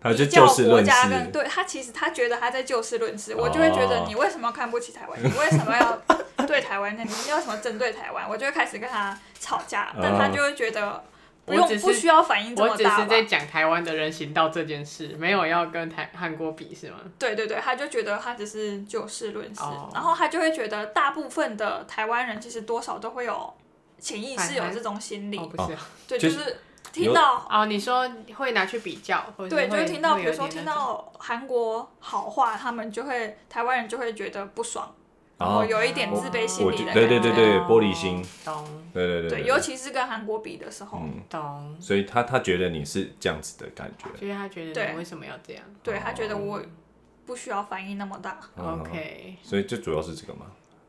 [SPEAKER 1] 他就
[SPEAKER 3] 比较
[SPEAKER 1] 就事
[SPEAKER 3] 国
[SPEAKER 1] 论
[SPEAKER 3] 家跟
[SPEAKER 1] 事，
[SPEAKER 3] 对他其实他觉得他在就事论事，
[SPEAKER 1] 哦
[SPEAKER 3] 我就会觉得你为什么看不起台湾？你为什么要对台湾？那你 <laughs> 要什么针对台湾？我就会开始跟他吵架，
[SPEAKER 1] 哦
[SPEAKER 3] 但他就会觉得不
[SPEAKER 2] 我只是
[SPEAKER 3] 用不需要反应这
[SPEAKER 2] 我
[SPEAKER 3] 么
[SPEAKER 2] 只
[SPEAKER 3] 大
[SPEAKER 2] 是
[SPEAKER 3] 吧
[SPEAKER 2] 在？讲台湾的人行道这件事，没有要跟台韩国比是吗？
[SPEAKER 3] 对对对，他就觉得他只是就事论事
[SPEAKER 2] 哦，
[SPEAKER 3] 然后他就会觉得大部分的台湾人其实多少都会有潜意识有
[SPEAKER 2] 反弹
[SPEAKER 3] 这种心
[SPEAKER 2] 哦，
[SPEAKER 3] 理，
[SPEAKER 2] 不是
[SPEAKER 3] 对，
[SPEAKER 1] 就
[SPEAKER 3] 就是是听到
[SPEAKER 2] 哦，你说会拿去比较，或者
[SPEAKER 3] 对，
[SPEAKER 2] 是
[SPEAKER 3] 就
[SPEAKER 2] 会
[SPEAKER 3] 是听到，
[SPEAKER 2] 会
[SPEAKER 3] 比
[SPEAKER 2] 有
[SPEAKER 3] 如说
[SPEAKER 2] 点
[SPEAKER 3] 听
[SPEAKER 2] 那种
[SPEAKER 3] 到韩国好话，他们就会台湾人就会觉得不爽，
[SPEAKER 1] 哦
[SPEAKER 3] 然后有一点自卑心
[SPEAKER 1] 我
[SPEAKER 3] 理
[SPEAKER 1] 觉
[SPEAKER 3] 的感
[SPEAKER 1] 对
[SPEAKER 3] 觉。
[SPEAKER 1] 对对对
[SPEAKER 3] 哦
[SPEAKER 1] 玻璃心，
[SPEAKER 2] 懂
[SPEAKER 1] 对对对
[SPEAKER 3] 对尤其是跟韩国比的时候，
[SPEAKER 1] 嗯，
[SPEAKER 2] 懂，
[SPEAKER 1] 所以他他觉得你是这样子的感觉
[SPEAKER 2] 就是他觉得
[SPEAKER 3] 对
[SPEAKER 2] 你为什么要这样
[SPEAKER 3] 对他
[SPEAKER 1] 哦
[SPEAKER 3] 觉得我不需要反应那么大。
[SPEAKER 1] 嗯
[SPEAKER 2] ？OK，
[SPEAKER 1] 所以就主要是这个嘛。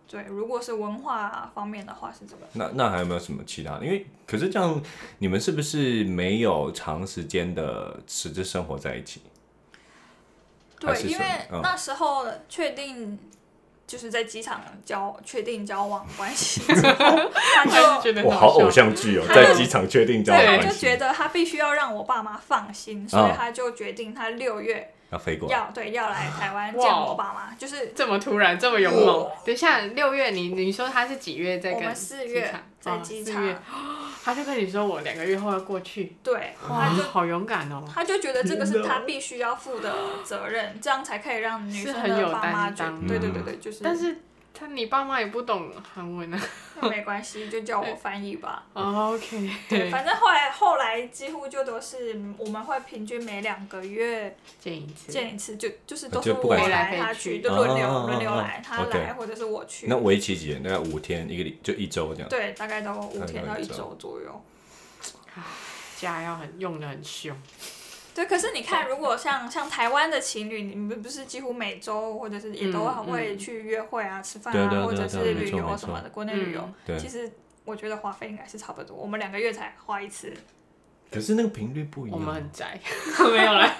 [SPEAKER 3] 对，如果是文化方面的话是这个。
[SPEAKER 1] 那那还有没有什么其他的？因为可是这样，你们是不是没有长时间的实质生活在一起？还
[SPEAKER 3] 对，
[SPEAKER 1] 是
[SPEAKER 3] 因
[SPEAKER 1] 什
[SPEAKER 3] 为
[SPEAKER 1] 么嗯
[SPEAKER 3] 那时候确定就是在机场交确定交往关
[SPEAKER 1] <laughs>
[SPEAKER 3] 系之后，
[SPEAKER 2] <laughs> 他
[SPEAKER 3] 他
[SPEAKER 2] 就
[SPEAKER 3] 就
[SPEAKER 2] 觉得
[SPEAKER 1] 我
[SPEAKER 2] 很
[SPEAKER 1] 好
[SPEAKER 2] 笑
[SPEAKER 1] 偶，像剧
[SPEAKER 3] <laughs>
[SPEAKER 1] 哦，
[SPEAKER 3] 他
[SPEAKER 1] 在机场确定交往
[SPEAKER 3] 对，他
[SPEAKER 1] 关
[SPEAKER 3] 就觉
[SPEAKER 1] 系，啊
[SPEAKER 3] 得他必须要让我爸妈放心，所以他就决定他六月
[SPEAKER 1] 要飞过来，
[SPEAKER 3] 要对要来台湾
[SPEAKER 2] 哇哦
[SPEAKER 3] 见我爸妈，就是
[SPEAKER 2] 这么突然，这么勇猛。等一下，六月你你说他是几月在
[SPEAKER 3] 我
[SPEAKER 2] 跟
[SPEAKER 3] 们四月在机
[SPEAKER 2] 哦
[SPEAKER 3] 场
[SPEAKER 2] 四，月他就跟你说我两个月后要过去，
[SPEAKER 3] 对，
[SPEAKER 1] <laughs>
[SPEAKER 2] 哇，
[SPEAKER 3] 他就
[SPEAKER 2] 好勇敢哦，
[SPEAKER 3] 他就觉得这个
[SPEAKER 1] 啊天
[SPEAKER 3] 是
[SPEAKER 1] 哪
[SPEAKER 3] 他必须要负的责任，这样才可以让女
[SPEAKER 2] 是
[SPEAKER 3] 生
[SPEAKER 2] 很有
[SPEAKER 3] 的爸妈
[SPEAKER 2] 担
[SPEAKER 3] 觉
[SPEAKER 2] 当
[SPEAKER 3] 对对
[SPEAKER 1] 嗯
[SPEAKER 3] 对对，就是，
[SPEAKER 2] 但是他你爸妈也不懂韩文啊。 <laughs>
[SPEAKER 3] 那没关系，就叫我翻译吧。
[SPEAKER 2] 哦 OK，
[SPEAKER 3] 对，反正后来后来几乎就都是我们会平均每两个月
[SPEAKER 2] 见一次。
[SPEAKER 3] 见一次，就就是
[SPEAKER 1] 啊就
[SPEAKER 3] 都是
[SPEAKER 1] 不
[SPEAKER 3] 我
[SPEAKER 1] 管
[SPEAKER 3] 来
[SPEAKER 2] 是
[SPEAKER 3] 他
[SPEAKER 2] 飞
[SPEAKER 3] 去，
[SPEAKER 2] 去
[SPEAKER 3] 就轮
[SPEAKER 1] 哦哦哦
[SPEAKER 3] 流轮流
[SPEAKER 1] 哦
[SPEAKER 3] 来，他
[SPEAKER 1] OK
[SPEAKER 3] 来或者是我去
[SPEAKER 1] 那。为期几天？大概五天，一个礼就一周这样。
[SPEAKER 3] 对，大概都五
[SPEAKER 1] 大概
[SPEAKER 3] 天
[SPEAKER 1] 都
[SPEAKER 3] 到
[SPEAKER 1] 一
[SPEAKER 3] 一
[SPEAKER 1] 周
[SPEAKER 3] 周左右。
[SPEAKER 2] 家要很用的很凶，
[SPEAKER 3] 对，可是你看，如果像像台湾的情侣，你们不是几乎每周或者是也都
[SPEAKER 2] 嗯
[SPEAKER 3] 很会去约会啊、吃饭
[SPEAKER 1] 对对
[SPEAKER 3] 啊，
[SPEAKER 1] 对
[SPEAKER 3] 或者
[SPEAKER 1] 对
[SPEAKER 3] 是
[SPEAKER 1] 没
[SPEAKER 3] 旅
[SPEAKER 1] 错没
[SPEAKER 3] 游什么
[SPEAKER 1] 错
[SPEAKER 3] 的，国内旅游
[SPEAKER 2] 嗯。
[SPEAKER 1] 对
[SPEAKER 3] 其实我觉得花费应该是差不多，我们两个月才花一次。
[SPEAKER 1] 可是那个频率不一
[SPEAKER 2] 我
[SPEAKER 1] 样。
[SPEAKER 2] 们很宅， <laughs> 没有啦，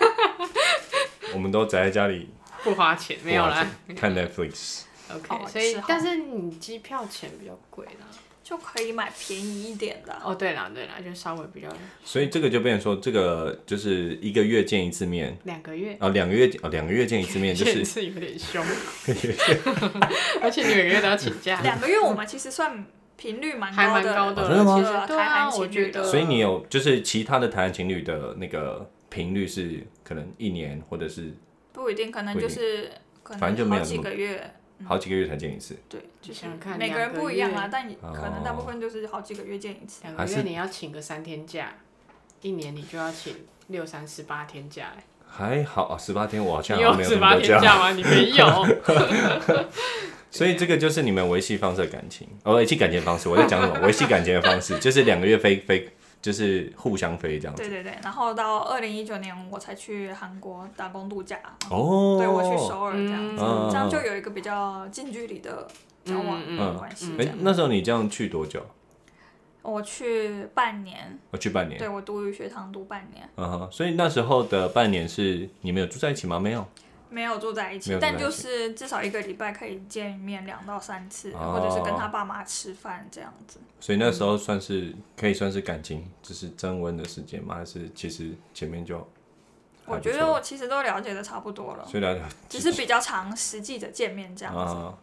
[SPEAKER 1] 我们都宅在家里，
[SPEAKER 2] 不花钱，没有啦。
[SPEAKER 1] 看
[SPEAKER 2] <laughs>
[SPEAKER 1] Netflix。
[SPEAKER 2] OK，
[SPEAKER 3] 哦
[SPEAKER 2] 所以
[SPEAKER 3] 是哦
[SPEAKER 2] 但是你机票钱比较贵啦。
[SPEAKER 3] 就可以买便宜一点的啊。
[SPEAKER 2] 哦，对啦对啦，就稍微比较
[SPEAKER 1] 所以这个就变成说，这个就是一个月见一次面，
[SPEAKER 2] 两个月。
[SPEAKER 1] 啊，两个月啊，两个月见一次面，就
[SPEAKER 2] <laughs> 见一
[SPEAKER 1] 是
[SPEAKER 2] 次有
[SPEAKER 1] <laughs>
[SPEAKER 2] 点凶，而且你每个月都要请假。
[SPEAKER 3] 两个月我们其实算频率蛮
[SPEAKER 2] 还
[SPEAKER 3] 高
[SPEAKER 2] 蛮
[SPEAKER 3] 的，
[SPEAKER 2] 高的
[SPEAKER 1] 哦真的吗
[SPEAKER 3] 其实有
[SPEAKER 2] 对
[SPEAKER 3] 台
[SPEAKER 2] 啊
[SPEAKER 3] 韩
[SPEAKER 2] 我
[SPEAKER 3] 情
[SPEAKER 2] 觉
[SPEAKER 3] 侣
[SPEAKER 2] 得
[SPEAKER 3] 的，
[SPEAKER 1] 所以你有就是其他的台湾情侣的那个频率是可能一年或者是
[SPEAKER 3] 不一定，可能
[SPEAKER 1] 不一
[SPEAKER 3] 就
[SPEAKER 1] 定
[SPEAKER 3] 是可
[SPEAKER 1] 反正就
[SPEAKER 3] 能
[SPEAKER 1] 没
[SPEAKER 3] 好
[SPEAKER 1] 有
[SPEAKER 3] 几
[SPEAKER 1] 那么
[SPEAKER 3] 个月，
[SPEAKER 1] 好几个月才见一次，
[SPEAKER 3] 对，就是
[SPEAKER 2] 想想看
[SPEAKER 3] 每个人不一样啊，但你
[SPEAKER 1] 哦
[SPEAKER 3] 可能大部分就是好几个月见一次。
[SPEAKER 2] 两
[SPEAKER 1] 还
[SPEAKER 2] 个
[SPEAKER 1] 是
[SPEAKER 2] 月你要请个三天假，一年你就要请六三十八天假欸。
[SPEAKER 1] 还好啊，十八天我好像
[SPEAKER 2] 你
[SPEAKER 1] 好像没有
[SPEAKER 2] 十
[SPEAKER 1] 那么
[SPEAKER 2] 八
[SPEAKER 1] 多
[SPEAKER 2] 天
[SPEAKER 1] 假，
[SPEAKER 2] 假吗？你没有。
[SPEAKER 1] <laughs> 所以这个就是你们维系方式的感情，哦，维系感情的方式，我在讲什么？维系感情的方式就是两个月飞飞，就是互相飞这样
[SPEAKER 3] 对
[SPEAKER 1] 子。
[SPEAKER 3] 对对，然后到二零一九年我才去韩国打工度假，
[SPEAKER 1] 哦，
[SPEAKER 3] 对我去首尔这样
[SPEAKER 2] 嗯
[SPEAKER 3] 子，
[SPEAKER 1] 嗯
[SPEAKER 3] 这样就有一个比较近距离的交往
[SPEAKER 2] 嗯
[SPEAKER 1] 嗯
[SPEAKER 3] 关系。这
[SPEAKER 1] 哎、
[SPEAKER 3] 样
[SPEAKER 1] 那时候你这样去多久？
[SPEAKER 3] 我去半年，
[SPEAKER 1] 我去半年。
[SPEAKER 3] 对我读语学堂读半年。
[SPEAKER 1] 嗯哼，所以那时候的半年是你们有住在一起吗？没有。
[SPEAKER 3] 没有住在一
[SPEAKER 1] 没
[SPEAKER 3] 起
[SPEAKER 1] 有，住在一
[SPEAKER 3] 但
[SPEAKER 1] 起
[SPEAKER 3] 就是至少一个礼拜可以见面两到三次，
[SPEAKER 1] 哦
[SPEAKER 3] 或者是跟他爸妈吃饭这样子。
[SPEAKER 1] 所以那时候算是可以算是感情就是增温的时间吗？还是其实前面就还不错？
[SPEAKER 3] 我觉得我其实都了解的差不多了，
[SPEAKER 1] 所以聊聊
[SPEAKER 3] 只是比较长实际的见面这样子，
[SPEAKER 1] 啊，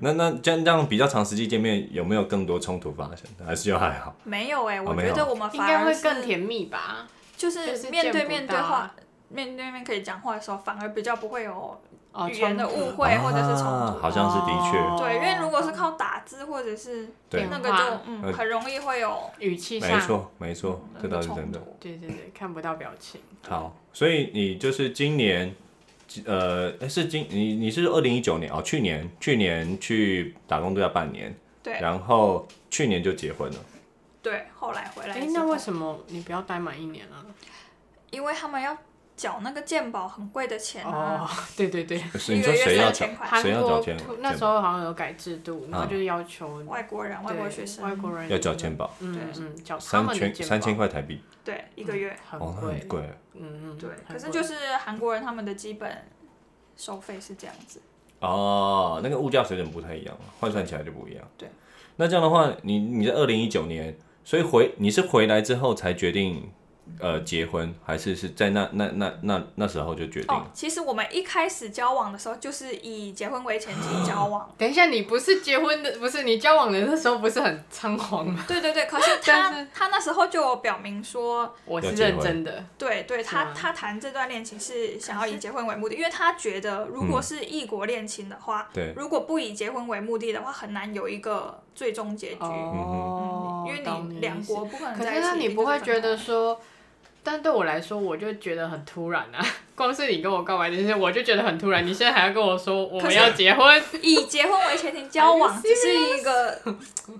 [SPEAKER 1] 那那这样这样比较长时间见面，有没有更多冲突发生？还是就还好？
[SPEAKER 3] 没有哎、我
[SPEAKER 1] 哦没有
[SPEAKER 3] 觉得我们
[SPEAKER 2] 应
[SPEAKER 3] 反
[SPEAKER 2] 该
[SPEAKER 3] 而
[SPEAKER 2] 会
[SPEAKER 3] 是
[SPEAKER 2] 更，甜蜜吧？
[SPEAKER 3] 就
[SPEAKER 2] 就是是
[SPEAKER 3] 面对
[SPEAKER 2] 见不
[SPEAKER 3] 面
[SPEAKER 2] 到
[SPEAKER 3] 对话
[SPEAKER 2] 啊，
[SPEAKER 3] 面对面可以讲话的时候，反而比较不会有
[SPEAKER 2] 哦，
[SPEAKER 3] 语言的
[SPEAKER 2] 冲突
[SPEAKER 3] 误会或者是冲
[SPEAKER 1] 啊
[SPEAKER 3] 突。
[SPEAKER 1] 好像是的确，
[SPEAKER 2] 哦
[SPEAKER 3] 对，因为如果是靠打字或者是
[SPEAKER 1] 对
[SPEAKER 3] 那个
[SPEAKER 2] 电
[SPEAKER 3] 就
[SPEAKER 2] 话
[SPEAKER 3] 嗯
[SPEAKER 1] 呃
[SPEAKER 3] 很容易会有
[SPEAKER 2] 语气
[SPEAKER 1] 没
[SPEAKER 2] 上，
[SPEAKER 1] 错没错，这
[SPEAKER 3] 那
[SPEAKER 1] 倒
[SPEAKER 3] 个
[SPEAKER 1] 是
[SPEAKER 3] 嗯冲
[SPEAKER 1] 真的。
[SPEAKER 3] 突。
[SPEAKER 2] 对对对，看不到表情。
[SPEAKER 1] 好，所以你就是今年，呃，诶是今你你是二零一九年哦，去年去年去打工度假半年，
[SPEAKER 3] 对
[SPEAKER 1] 然后去年就结婚了。
[SPEAKER 3] 对，后来回来
[SPEAKER 2] 哎，
[SPEAKER 3] 之
[SPEAKER 2] 那
[SPEAKER 3] 后
[SPEAKER 2] 为什么你不要待满一年啊？
[SPEAKER 3] 因为他们要缴那个健保很贵的钱
[SPEAKER 2] 哦，，
[SPEAKER 3] 啊
[SPEAKER 2] 对对对，
[SPEAKER 1] 可是
[SPEAKER 3] 一
[SPEAKER 1] 你
[SPEAKER 3] 个
[SPEAKER 1] 说
[SPEAKER 3] 月
[SPEAKER 1] <laughs> 谁要找
[SPEAKER 3] 三千块，
[SPEAKER 2] 韩
[SPEAKER 1] 谁要缴
[SPEAKER 2] 国
[SPEAKER 1] 健
[SPEAKER 2] 突那时候好像有改制度，然后就要求
[SPEAKER 3] 外国人、外国
[SPEAKER 2] 哦对
[SPEAKER 3] 学生，
[SPEAKER 2] 外国人
[SPEAKER 1] 要缴健保，
[SPEAKER 2] 嗯嗯，缴他
[SPEAKER 1] 三
[SPEAKER 2] 们的
[SPEAKER 1] 千
[SPEAKER 2] 健
[SPEAKER 1] 三千
[SPEAKER 2] 保
[SPEAKER 1] 块台币，
[SPEAKER 3] 对一个月，
[SPEAKER 2] 很
[SPEAKER 1] 哦，那很
[SPEAKER 2] 贵，
[SPEAKER 1] 贵。
[SPEAKER 2] 嗯嗯，
[SPEAKER 3] 对。可
[SPEAKER 2] 很
[SPEAKER 3] 是
[SPEAKER 2] 贵，
[SPEAKER 3] 就是韩国人他们的基本收费是这样子，
[SPEAKER 1] 哦，那个物价水准不太一样，换算起来就不一样。
[SPEAKER 3] 对，
[SPEAKER 1] 那这样的话，你你在二零一九年，所以回你是回来之后才决定呃结婚，还是是在那那那那那时候就决定
[SPEAKER 3] 哦
[SPEAKER 1] 了？，
[SPEAKER 3] 其实我们一开始交往的时候就是以结婚为前提交往
[SPEAKER 2] 等一下，你不是结婚的，不是你交往的那时候不是很仓皇吗？
[SPEAKER 3] <laughs> 对对对。可是
[SPEAKER 2] 但
[SPEAKER 3] 他他那时候就有表明说，
[SPEAKER 2] 我
[SPEAKER 1] 要
[SPEAKER 2] 是
[SPEAKER 1] 结
[SPEAKER 2] 认
[SPEAKER 1] 婚
[SPEAKER 2] 真的，
[SPEAKER 3] 对对，
[SPEAKER 2] 是
[SPEAKER 3] 他
[SPEAKER 2] 吗
[SPEAKER 3] 他谈这段恋情是想要以结婚为目的，因为他觉得如果
[SPEAKER 1] 嗯
[SPEAKER 3] 是异国恋情的话，
[SPEAKER 1] 对
[SPEAKER 3] 如果不以结婚为目的的话，很难有一个最终结局。
[SPEAKER 2] 哦
[SPEAKER 3] 嗯，因为你两国不可能
[SPEAKER 2] 可
[SPEAKER 3] 在一
[SPEAKER 2] 是
[SPEAKER 3] 起。
[SPEAKER 2] 那你
[SPEAKER 3] 一定
[SPEAKER 2] 不会
[SPEAKER 3] 分
[SPEAKER 2] 觉得
[SPEAKER 3] 开
[SPEAKER 2] 说，但对我来说，我就觉得很突然
[SPEAKER 3] <laughs>
[SPEAKER 2] 啊。光是你跟我告白这件事，我就觉得很突然。你现在还要跟我说我
[SPEAKER 3] 可
[SPEAKER 2] 们
[SPEAKER 3] 是
[SPEAKER 2] 要结婚，
[SPEAKER 3] 以结婚为前提交 <laughs> 往，只是一个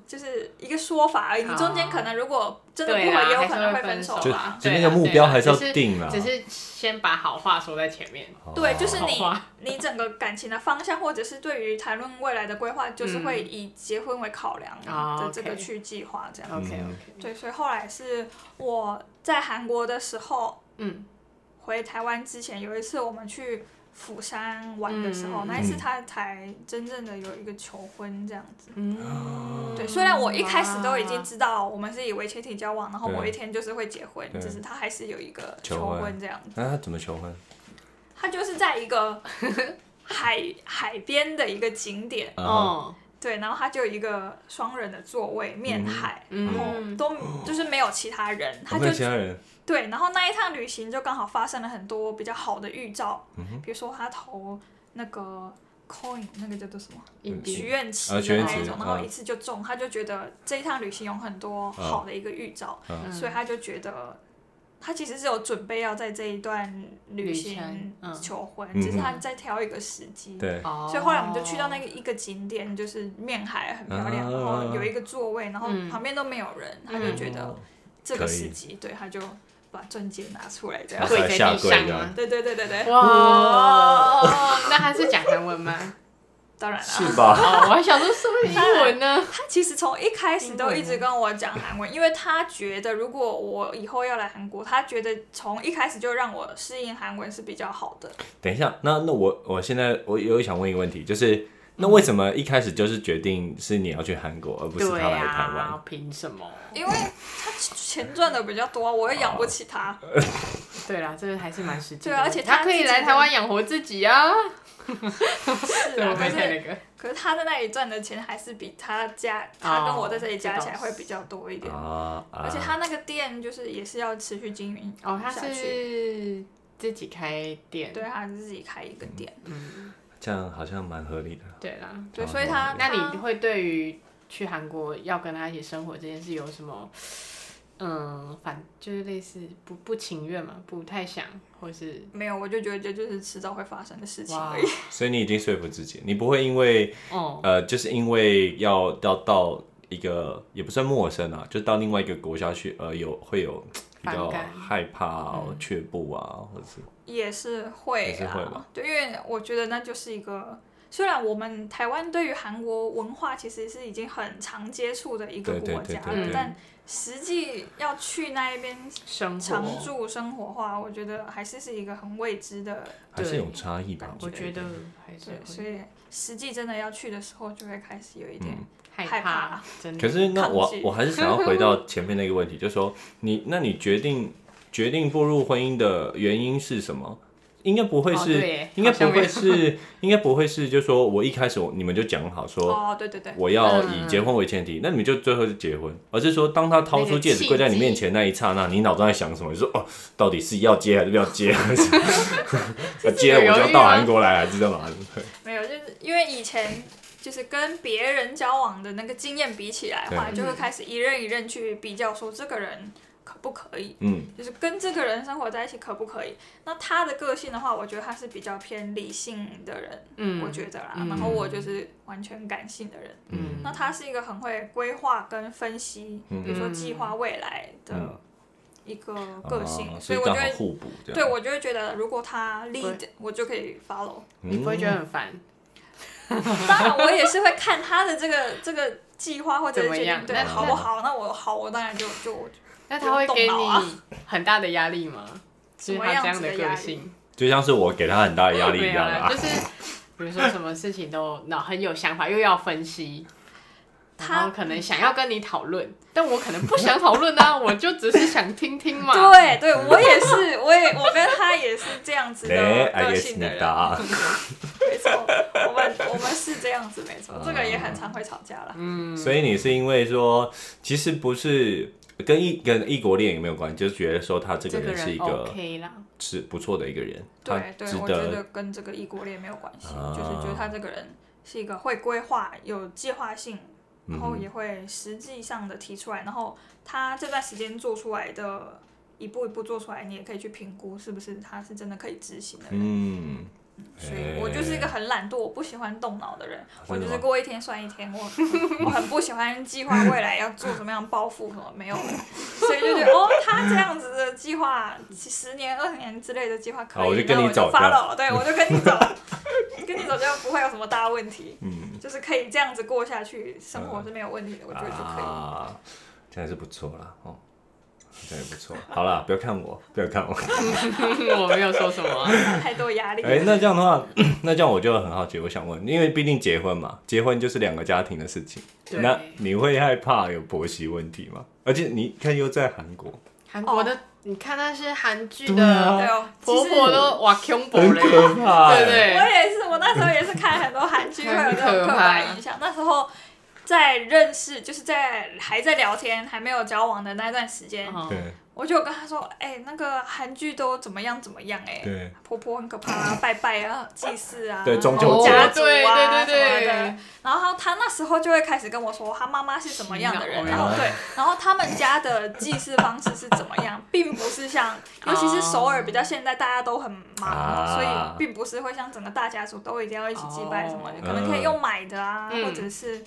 [SPEAKER 3] 就是一个说法而已。你中间可能如果真的不合，
[SPEAKER 2] 对啦
[SPEAKER 3] 也有
[SPEAKER 2] 还
[SPEAKER 3] 可
[SPEAKER 2] 是
[SPEAKER 3] 能
[SPEAKER 2] 会
[SPEAKER 3] 分
[SPEAKER 2] 分
[SPEAKER 3] 手
[SPEAKER 2] 手
[SPEAKER 1] 就
[SPEAKER 2] 吧
[SPEAKER 3] 吧。啊
[SPEAKER 1] 就
[SPEAKER 2] 对
[SPEAKER 1] 那个
[SPEAKER 2] 啦
[SPEAKER 1] 目
[SPEAKER 2] 对
[SPEAKER 1] 标
[SPEAKER 2] 啦
[SPEAKER 1] 还是要
[SPEAKER 2] 只是
[SPEAKER 1] 定啦。
[SPEAKER 2] 只是先把好话说在前面。
[SPEAKER 1] 哦
[SPEAKER 3] 对，就是
[SPEAKER 2] 好
[SPEAKER 3] 你
[SPEAKER 2] 话
[SPEAKER 3] <laughs> 你整个感情的方向，或者是对于谈论未来的规划，就是会以结婚为考量
[SPEAKER 2] 嗯啊
[SPEAKER 3] 的这个
[SPEAKER 2] OK
[SPEAKER 3] 去计划这样。
[SPEAKER 2] OK
[SPEAKER 1] 嗯
[SPEAKER 2] OK，
[SPEAKER 3] 对，所以后来是我在韩国的时候，
[SPEAKER 2] 嗯，
[SPEAKER 3] 回台湾之前有一次我们去釜山玩的时候，
[SPEAKER 2] 嗯
[SPEAKER 3] 那一次他才真正的有一个求婚这样子。
[SPEAKER 2] 嗯，
[SPEAKER 3] 对，虽然我一开始都已经
[SPEAKER 2] 哇
[SPEAKER 3] 知道我们是以为前提交往，然后
[SPEAKER 1] 对
[SPEAKER 3] 某一天就是会结婚，
[SPEAKER 1] 对
[SPEAKER 3] 只是他还是有一个
[SPEAKER 1] 求
[SPEAKER 3] 求
[SPEAKER 1] 婚
[SPEAKER 3] 婚这样子。
[SPEAKER 1] 那他怎么求婚？
[SPEAKER 3] 他就是在一个海海边的一个景点，
[SPEAKER 1] 啊，
[SPEAKER 2] 哦，
[SPEAKER 3] 对，然后他就有一个双人的座位面海，
[SPEAKER 2] 嗯
[SPEAKER 3] 然后都就是没有其他人，他
[SPEAKER 1] 有没
[SPEAKER 3] 就
[SPEAKER 1] 有其他人？
[SPEAKER 3] 对，然后那一趟旅行就刚好发生了很多比较好的预兆，
[SPEAKER 1] 嗯哼
[SPEAKER 3] 比如说他投那个 coin 那个叫做什么
[SPEAKER 2] 印
[SPEAKER 1] 嗯
[SPEAKER 2] 第
[SPEAKER 3] 许愿池
[SPEAKER 1] 啊
[SPEAKER 3] 的
[SPEAKER 1] 许愿
[SPEAKER 3] 那一
[SPEAKER 1] 池
[SPEAKER 3] 种，然后
[SPEAKER 1] 嗯
[SPEAKER 3] 一次就中，他就觉得这一趟旅行有很多好的一个预兆，
[SPEAKER 1] 啊
[SPEAKER 2] 嗯
[SPEAKER 3] 所以他就觉得他其实是有准备要在这一段旅
[SPEAKER 2] 旅程
[SPEAKER 3] 行
[SPEAKER 2] 嗯
[SPEAKER 3] 求婚，
[SPEAKER 1] 嗯
[SPEAKER 3] 只是他在挑一个时机。
[SPEAKER 1] 对，
[SPEAKER 2] 哦
[SPEAKER 3] 所以后来我们就去到那个一个景点，就是面海很漂亮，然
[SPEAKER 1] 啊
[SPEAKER 3] 后有一个座位，然后
[SPEAKER 2] 嗯
[SPEAKER 3] 旁边都没有人，他就觉得
[SPEAKER 1] 哦
[SPEAKER 3] 这个
[SPEAKER 1] 嗯可以
[SPEAKER 3] 时机，对，他就把钻戒拿出来这
[SPEAKER 1] 然
[SPEAKER 3] 样
[SPEAKER 1] 后。
[SPEAKER 2] 跪
[SPEAKER 1] 还
[SPEAKER 2] 在
[SPEAKER 1] 下
[SPEAKER 2] 地
[SPEAKER 1] 跪
[SPEAKER 2] 上
[SPEAKER 1] 这样
[SPEAKER 2] 吗
[SPEAKER 3] 对对对对对， <laughs>
[SPEAKER 2] 哇，那他是讲韩文吗？
[SPEAKER 3] 当
[SPEAKER 1] <laughs>
[SPEAKER 3] 然啦，
[SPEAKER 1] 是吧？
[SPEAKER 2] 哦，我还想说是不是英文呢？
[SPEAKER 3] 他其实从一开始都一直跟我讲韩文，因为他觉得如果我以后要来韩国，他觉得从一开始就让我适应韩文是比较好的。
[SPEAKER 2] 哦
[SPEAKER 1] 等一下，那那我我现在我有想问一个问题，
[SPEAKER 3] 嗯
[SPEAKER 1] 就是那为什么一开始就是决定是你要去韩国，而不是
[SPEAKER 2] 对
[SPEAKER 1] 他来台湾？
[SPEAKER 2] 啊，凭什么？
[SPEAKER 3] 因为他钱赚的比较多，我也养不起他。
[SPEAKER 2] 哦对啦，这个还是蛮实际的。
[SPEAKER 3] 对啊而且他
[SPEAKER 2] 他可以来台湾养活自己啊。
[SPEAKER 3] 是
[SPEAKER 2] 对，
[SPEAKER 3] 啊，
[SPEAKER 2] 我
[SPEAKER 3] 可
[SPEAKER 2] 没太
[SPEAKER 3] 是
[SPEAKER 2] 那个。
[SPEAKER 3] 可是他在那里赚的钱还是比他家他跟我在这里加起来会比较多一点。
[SPEAKER 2] 哦
[SPEAKER 1] 啊，
[SPEAKER 3] 而且他那个店就是也是要持续经营
[SPEAKER 2] 哦，他
[SPEAKER 3] 下去，
[SPEAKER 2] 是自己开店。
[SPEAKER 3] 对他自己开一个店，
[SPEAKER 2] 嗯，
[SPEAKER 1] 这样好像蛮合理的。
[SPEAKER 2] 对啊啦。
[SPEAKER 3] 对，所以他
[SPEAKER 2] 那你
[SPEAKER 3] 他
[SPEAKER 2] 会对于去韩国要跟他一起生活这件事有什么？嗯，反就是类似不不情愿嘛，不太想，或是
[SPEAKER 3] 没有，我就觉得这就是迟早会发生的事情
[SPEAKER 2] 哇
[SPEAKER 3] 而已。
[SPEAKER 1] 所以你已经说服自己，你不会因为
[SPEAKER 2] 哦，
[SPEAKER 1] 呃，就是因为要要到一个也不算陌生啊，就到另外一个国家去，呃，有会有比较
[SPEAKER 2] 反感
[SPEAKER 1] 害怕、啊、
[SPEAKER 2] 嗯
[SPEAKER 1] 却步啊，或者是
[SPEAKER 3] 也是会
[SPEAKER 1] 也是会吧
[SPEAKER 3] 啦，对，因为我觉得那就是一个，虽然我们台湾对于韩国文化其实是已经很常接触的一个
[SPEAKER 1] 对对
[SPEAKER 3] 国
[SPEAKER 1] 对
[SPEAKER 3] 家
[SPEAKER 1] 对
[SPEAKER 2] 对
[SPEAKER 3] 了，但实际要去那一边
[SPEAKER 2] 生
[SPEAKER 3] 常
[SPEAKER 2] 活，
[SPEAKER 3] 住生活化，我觉得还是是一个很未知的，
[SPEAKER 1] 还是有差异吧
[SPEAKER 3] 感。
[SPEAKER 2] 我
[SPEAKER 1] 我
[SPEAKER 2] 觉得还是
[SPEAKER 3] 对，所
[SPEAKER 2] 会
[SPEAKER 3] 以实际真的要去的时候，就会开始有一点
[SPEAKER 1] 嗯
[SPEAKER 2] 害
[SPEAKER 3] 害
[SPEAKER 2] 怕
[SPEAKER 3] 怕，
[SPEAKER 2] 真的。
[SPEAKER 1] 可是那我
[SPEAKER 3] 抗拒
[SPEAKER 1] 我还是想要回到前面那个
[SPEAKER 2] <laughs>
[SPEAKER 1] 问题，就说你那你决定决定步入婚姻的原因是什么？应该不会
[SPEAKER 2] 哦
[SPEAKER 1] 是，
[SPEAKER 2] 对耶
[SPEAKER 1] 应该
[SPEAKER 2] 好像
[SPEAKER 1] 不会
[SPEAKER 2] 没有
[SPEAKER 1] 是，应该不会是，就说我一开始我你们就讲好说，
[SPEAKER 3] 哦，对对对，
[SPEAKER 1] 我要
[SPEAKER 2] 嗯
[SPEAKER 1] 以结婚为前提，那你们就最后就结婚，而是说当他掏出戒指跪在你面前那一刹那，你脑中在想什么？你说哦，到底是要接还是不要接？还是要接了我就要到韩国来，还是干嘛？
[SPEAKER 3] 没有，就是因为以前就是跟别人交往的那个经验比起来的话，
[SPEAKER 2] 对
[SPEAKER 3] 就会开始一任一任去比较，说这个人可不可以。
[SPEAKER 1] 嗯，
[SPEAKER 3] 就是跟这个人生活在一起可不可以？那他的个性的话，我觉得他是比较偏理性的人，
[SPEAKER 2] 嗯，
[SPEAKER 3] 我觉得啦。
[SPEAKER 2] 嗯
[SPEAKER 3] 然后我就是完全感性的人。
[SPEAKER 2] 嗯，
[SPEAKER 3] 那他是一个很会规划跟分析，
[SPEAKER 1] 嗯
[SPEAKER 3] 比如说计划未来的
[SPEAKER 1] 嗯
[SPEAKER 3] 一个个性，
[SPEAKER 1] 啊
[SPEAKER 3] 所以我
[SPEAKER 1] 刚
[SPEAKER 3] 就
[SPEAKER 1] 好
[SPEAKER 3] 会，
[SPEAKER 1] 互补这
[SPEAKER 3] 对
[SPEAKER 1] 样。
[SPEAKER 3] 我就会觉得，如果他 lead，我就可以 follow。
[SPEAKER 2] 你不会觉
[SPEAKER 1] 嗯
[SPEAKER 2] 得很烦？
[SPEAKER 3] 当然，我也是会看他的这个这个计划或者
[SPEAKER 2] 怎
[SPEAKER 3] 是
[SPEAKER 2] 么
[SPEAKER 3] 决
[SPEAKER 2] 样
[SPEAKER 3] 定对
[SPEAKER 2] 那
[SPEAKER 1] 嗯
[SPEAKER 3] 好不好。那我好，我当然就就
[SPEAKER 2] 那他会给
[SPEAKER 3] 动脑啊
[SPEAKER 2] 你很大的压力吗？
[SPEAKER 3] 什
[SPEAKER 2] 就是
[SPEAKER 3] 么
[SPEAKER 2] 他这
[SPEAKER 3] 样
[SPEAKER 2] 样
[SPEAKER 3] 子的
[SPEAKER 2] 个
[SPEAKER 3] 压力？
[SPEAKER 2] 性，
[SPEAKER 1] 就像是我给他很大的压力一
[SPEAKER 2] 没有
[SPEAKER 1] 样
[SPEAKER 2] 啦，
[SPEAKER 1] 啊
[SPEAKER 2] 就。是 <laughs> 比如说什么事情都脑很有想法，又要分析。
[SPEAKER 3] 他
[SPEAKER 2] 然后可能想要跟你讨论，但我可能不想讨论啊，我就只是想听听嘛。
[SPEAKER 3] 对对，我也是，我也我跟他也是这样子的
[SPEAKER 1] <laughs> 哎，哎
[SPEAKER 3] 个
[SPEAKER 1] 也
[SPEAKER 3] 性
[SPEAKER 1] 是你
[SPEAKER 3] 的人，
[SPEAKER 1] 答，
[SPEAKER 3] 没错，我们我们是这样子，没
[SPEAKER 1] <laughs> 嗯
[SPEAKER 3] 错，这个也很常会吵架了。
[SPEAKER 1] 所以你是因为说，其实不是跟异跟异国恋也没有关系，就是觉得说他这
[SPEAKER 2] 这
[SPEAKER 1] 个
[SPEAKER 2] 个
[SPEAKER 1] 人是一
[SPEAKER 2] 人
[SPEAKER 1] 个
[SPEAKER 2] OK 啦，
[SPEAKER 1] 是不错的一个人，他
[SPEAKER 3] 对对
[SPEAKER 1] 值，
[SPEAKER 3] 我觉
[SPEAKER 1] 得
[SPEAKER 3] 得跟这个异国恋没有关系，
[SPEAKER 1] 啊
[SPEAKER 3] 就是觉得他这个人是一个会规划、有计划性，然后
[SPEAKER 1] 嗯哼
[SPEAKER 3] 也会实际上的提出来，然后他这段时间做出来的。一步一步做出来，你也可以去评估是不是他是真的可以执行的人。
[SPEAKER 1] 嗯。
[SPEAKER 3] 所以我就是一个很懒惰，我不喜欢动脑的人，我
[SPEAKER 1] 啊真的
[SPEAKER 3] 就是
[SPEAKER 1] 吗
[SPEAKER 3] 过一天算一天。我我很不喜欢计划未来要做什么样包袱什么没有，所以就觉得哦，他这样子的计划，十年、二十年之类的计划可
[SPEAKER 1] 好啊
[SPEAKER 3] 以，
[SPEAKER 1] 我就跟你
[SPEAKER 3] 那
[SPEAKER 1] 走
[SPEAKER 3] 我就发了，对我就跟你
[SPEAKER 1] <laughs>
[SPEAKER 3] 走，跟你走就不会有什么大问题，
[SPEAKER 1] 嗯
[SPEAKER 3] 就是可以这样子过下去，生活是没有问题的，我觉得就可以。
[SPEAKER 1] 啊，这还是不错啦，哦，这还不错。好啦，不要看我，不要看我。
[SPEAKER 2] <laughs> 我没有说什么啊、
[SPEAKER 3] 太多压力了，
[SPEAKER 1] 哎、那这样的话， <clears throat> 那这样我就很好奇，我想问，因为毕竟结婚嘛，结婚就是两个家庭的事情，
[SPEAKER 2] 对
[SPEAKER 1] 那你会害怕有婆媳问题吗？而且你看又在韩国，
[SPEAKER 2] 韩国的，你看那些韩剧
[SPEAKER 1] 对啊
[SPEAKER 2] 的
[SPEAKER 3] 对哦，其
[SPEAKER 2] 哦婆
[SPEAKER 3] 实
[SPEAKER 2] 婆都哇恐怖
[SPEAKER 1] 很
[SPEAKER 2] 嘞，对
[SPEAKER 1] 可怕、
[SPEAKER 2] 不
[SPEAKER 1] 欸。
[SPEAKER 3] 我
[SPEAKER 2] 对？
[SPEAKER 3] 也是，我那时候也是看很多韩剧，会有这种刻板印象。那时候在认识，就是在还在聊天、还没有交往的那段时间，
[SPEAKER 2] 哦
[SPEAKER 4] 对
[SPEAKER 3] 我就有跟他说，哎、那个韩剧都怎么样怎么样、哎，
[SPEAKER 4] 对，
[SPEAKER 3] 婆婆很可怕、
[SPEAKER 2] <laughs>
[SPEAKER 3] 啊，拜拜啊，祭祀啊，
[SPEAKER 4] 对宗
[SPEAKER 3] 然
[SPEAKER 4] 教
[SPEAKER 3] 后
[SPEAKER 4] 节
[SPEAKER 3] 家族啊，
[SPEAKER 2] 对哦对对
[SPEAKER 3] 什么的
[SPEAKER 2] 对，
[SPEAKER 3] 然后他那时候就会开始跟我说他妈妈是什么样的人，
[SPEAKER 2] 洗脑
[SPEAKER 3] 然后对，然后他们家的祭祀方式是怎么
[SPEAKER 2] <laughs>
[SPEAKER 3] 样，并不是像，尤其是首尔比较现在大家都很忙，
[SPEAKER 1] 啊
[SPEAKER 3] 所以并不是会像整个大家族都一定要一起祭拜什么的，
[SPEAKER 2] 哦
[SPEAKER 3] 可能可以用买的啊，
[SPEAKER 2] 嗯
[SPEAKER 3] 或者是。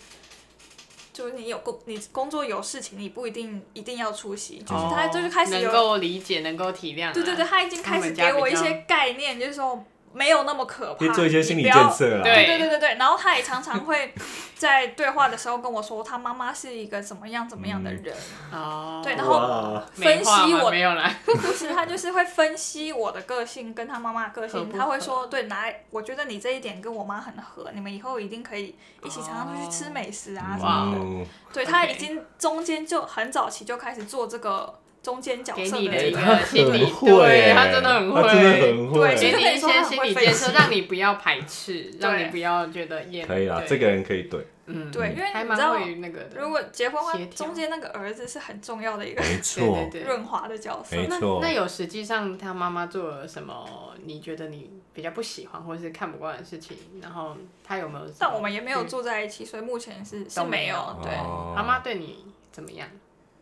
[SPEAKER 3] 就是你有工，你工作有事情，你不一定一定要出席。就是他
[SPEAKER 2] 哦
[SPEAKER 3] 就是开始有
[SPEAKER 2] 能够理解，能够体谅啊。
[SPEAKER 3] 对对对，他已经开始给我一些概念，就是说没有那么可
[SPEAKER 4] 可以
[SPEAKER 3] 怕，
[SPEAKER 4] 做一些心理
[SPEAKER 3] 你不要
[SPEAKER 4] 建设啦。
[SPEAKER 2] 对
[SPEAKER 3] 对对对对对，然后他也常常会在对话的时候跟我说，他妈妈是一个怎么样怎么样的
[SPEAKER 4] 嗯
[SPEAKER 3] 人，
[SPEAKER 2] 哦，
[SPEAKER 3] 对然后
[SPEAKER 4] 哇，
[SPEAKER 2] 美
[SPEAKER 3] 分
[SPEAKER 2] 化
[SPEAKER 3] 析
[SPEAKER 2] 吗
[SPEAKER 3] 我
[SPEAKER 2] 没有啦，
[SPEAKER 3] 不是他就是会分析我的个性跟他妈妈的个
[SPEAKER 2] 合
[SPEAKER 3] 性，
[SPEAKER 2] 不
[SPEAKER 3] 他会
[SPEAKER 2] 合
[SPEAKER 3] 说，对，拿我觉得你这一点跟我妈很合，你们以后一定可以一起常常出去吃美食啊什
[SPEAKER 2] 哇
[SPEAKER 3] 么
[SPEAKER 4] 哇
[SPEAKER 3] 的。
[SPEAKER 1] 嗯
[SPEAKER 4] 哦，
[SPEAKER 3] 对他
[SPEAKER 2] OK
[SPEAKER 3] 已经中间就很早期就开始做这个中间角
[SPEAKER 2] 给
[SPEAKER 3] 色
[SPEAKER 2] 你
[SPEAKER 1] 哎
[SPEAKER 2] 的
[SPEAKER 3] 这
[SPEAKER 2] 一
[SPEAKER 3] 个
[SPEAKER 2] 个心理
[SPEAKER 4] 很，会
[SPEAKER 2] 对
[SPEAKER 4] 欸
[SPEAKER 2] 他真的很会，
[SPEAKER 4] 他真的很会
[SPEAKER 3] 对
[SPEAKER 2] 给
[SPEAKER 3] 其实
[SPEAKER 2] 你一些心理建设，让你不要排斥，让你
[SPEAKER 3] 对
[SPEAKER 2] 不要觉得厌。
[SPEAKER 1] 可以啦，
[SPEAKER 2] 对
[SPEAKER 1] 这个人可以对，
[SPEAKER 2] 嗯，
[SPEAKER 3] 对，因为
[SPEAKER 2] 还
[SPEAKER 3] 你
[SPEAKER 2] 蛮
[SPEAKER 3] 知道，
[SPEAKER 2] 会那个的。
[SPEAKER 3] 如果结婚
[SPEAKER 2] 协
[SPEAKER 3] 后
[SPEAKER 2] 调
[SPEAKER 3] 中间那个儿子是很重要的一个
[SPEAKER 1] 没
[SPEAKER 2] <laughs> 对
[SPEAKER 1] 错，
[SPEAKER 2] 对对，
[SPEAKER 3] 润滑的角色。
[SPEAKER 1] 没
[SPEAKER 2] 那
[SPEAKER 1] 错
[SPEAKER 2] 那有实际上他妈妈做了什么？你觉得你比较不喜欢或是看不惯的事情，然后他有没有什么？
[SPEAKER 3] 但我们也没有住在一起，所以目前是是
[SPEAKER 2] 都没
[SPEAKER 3] 没
[SPEAKER 2] 有
[SPEAKER 3] 有。对，
[SPEAKER 1] 哦
[SPEAKER 2] 妈妈对你怎么样？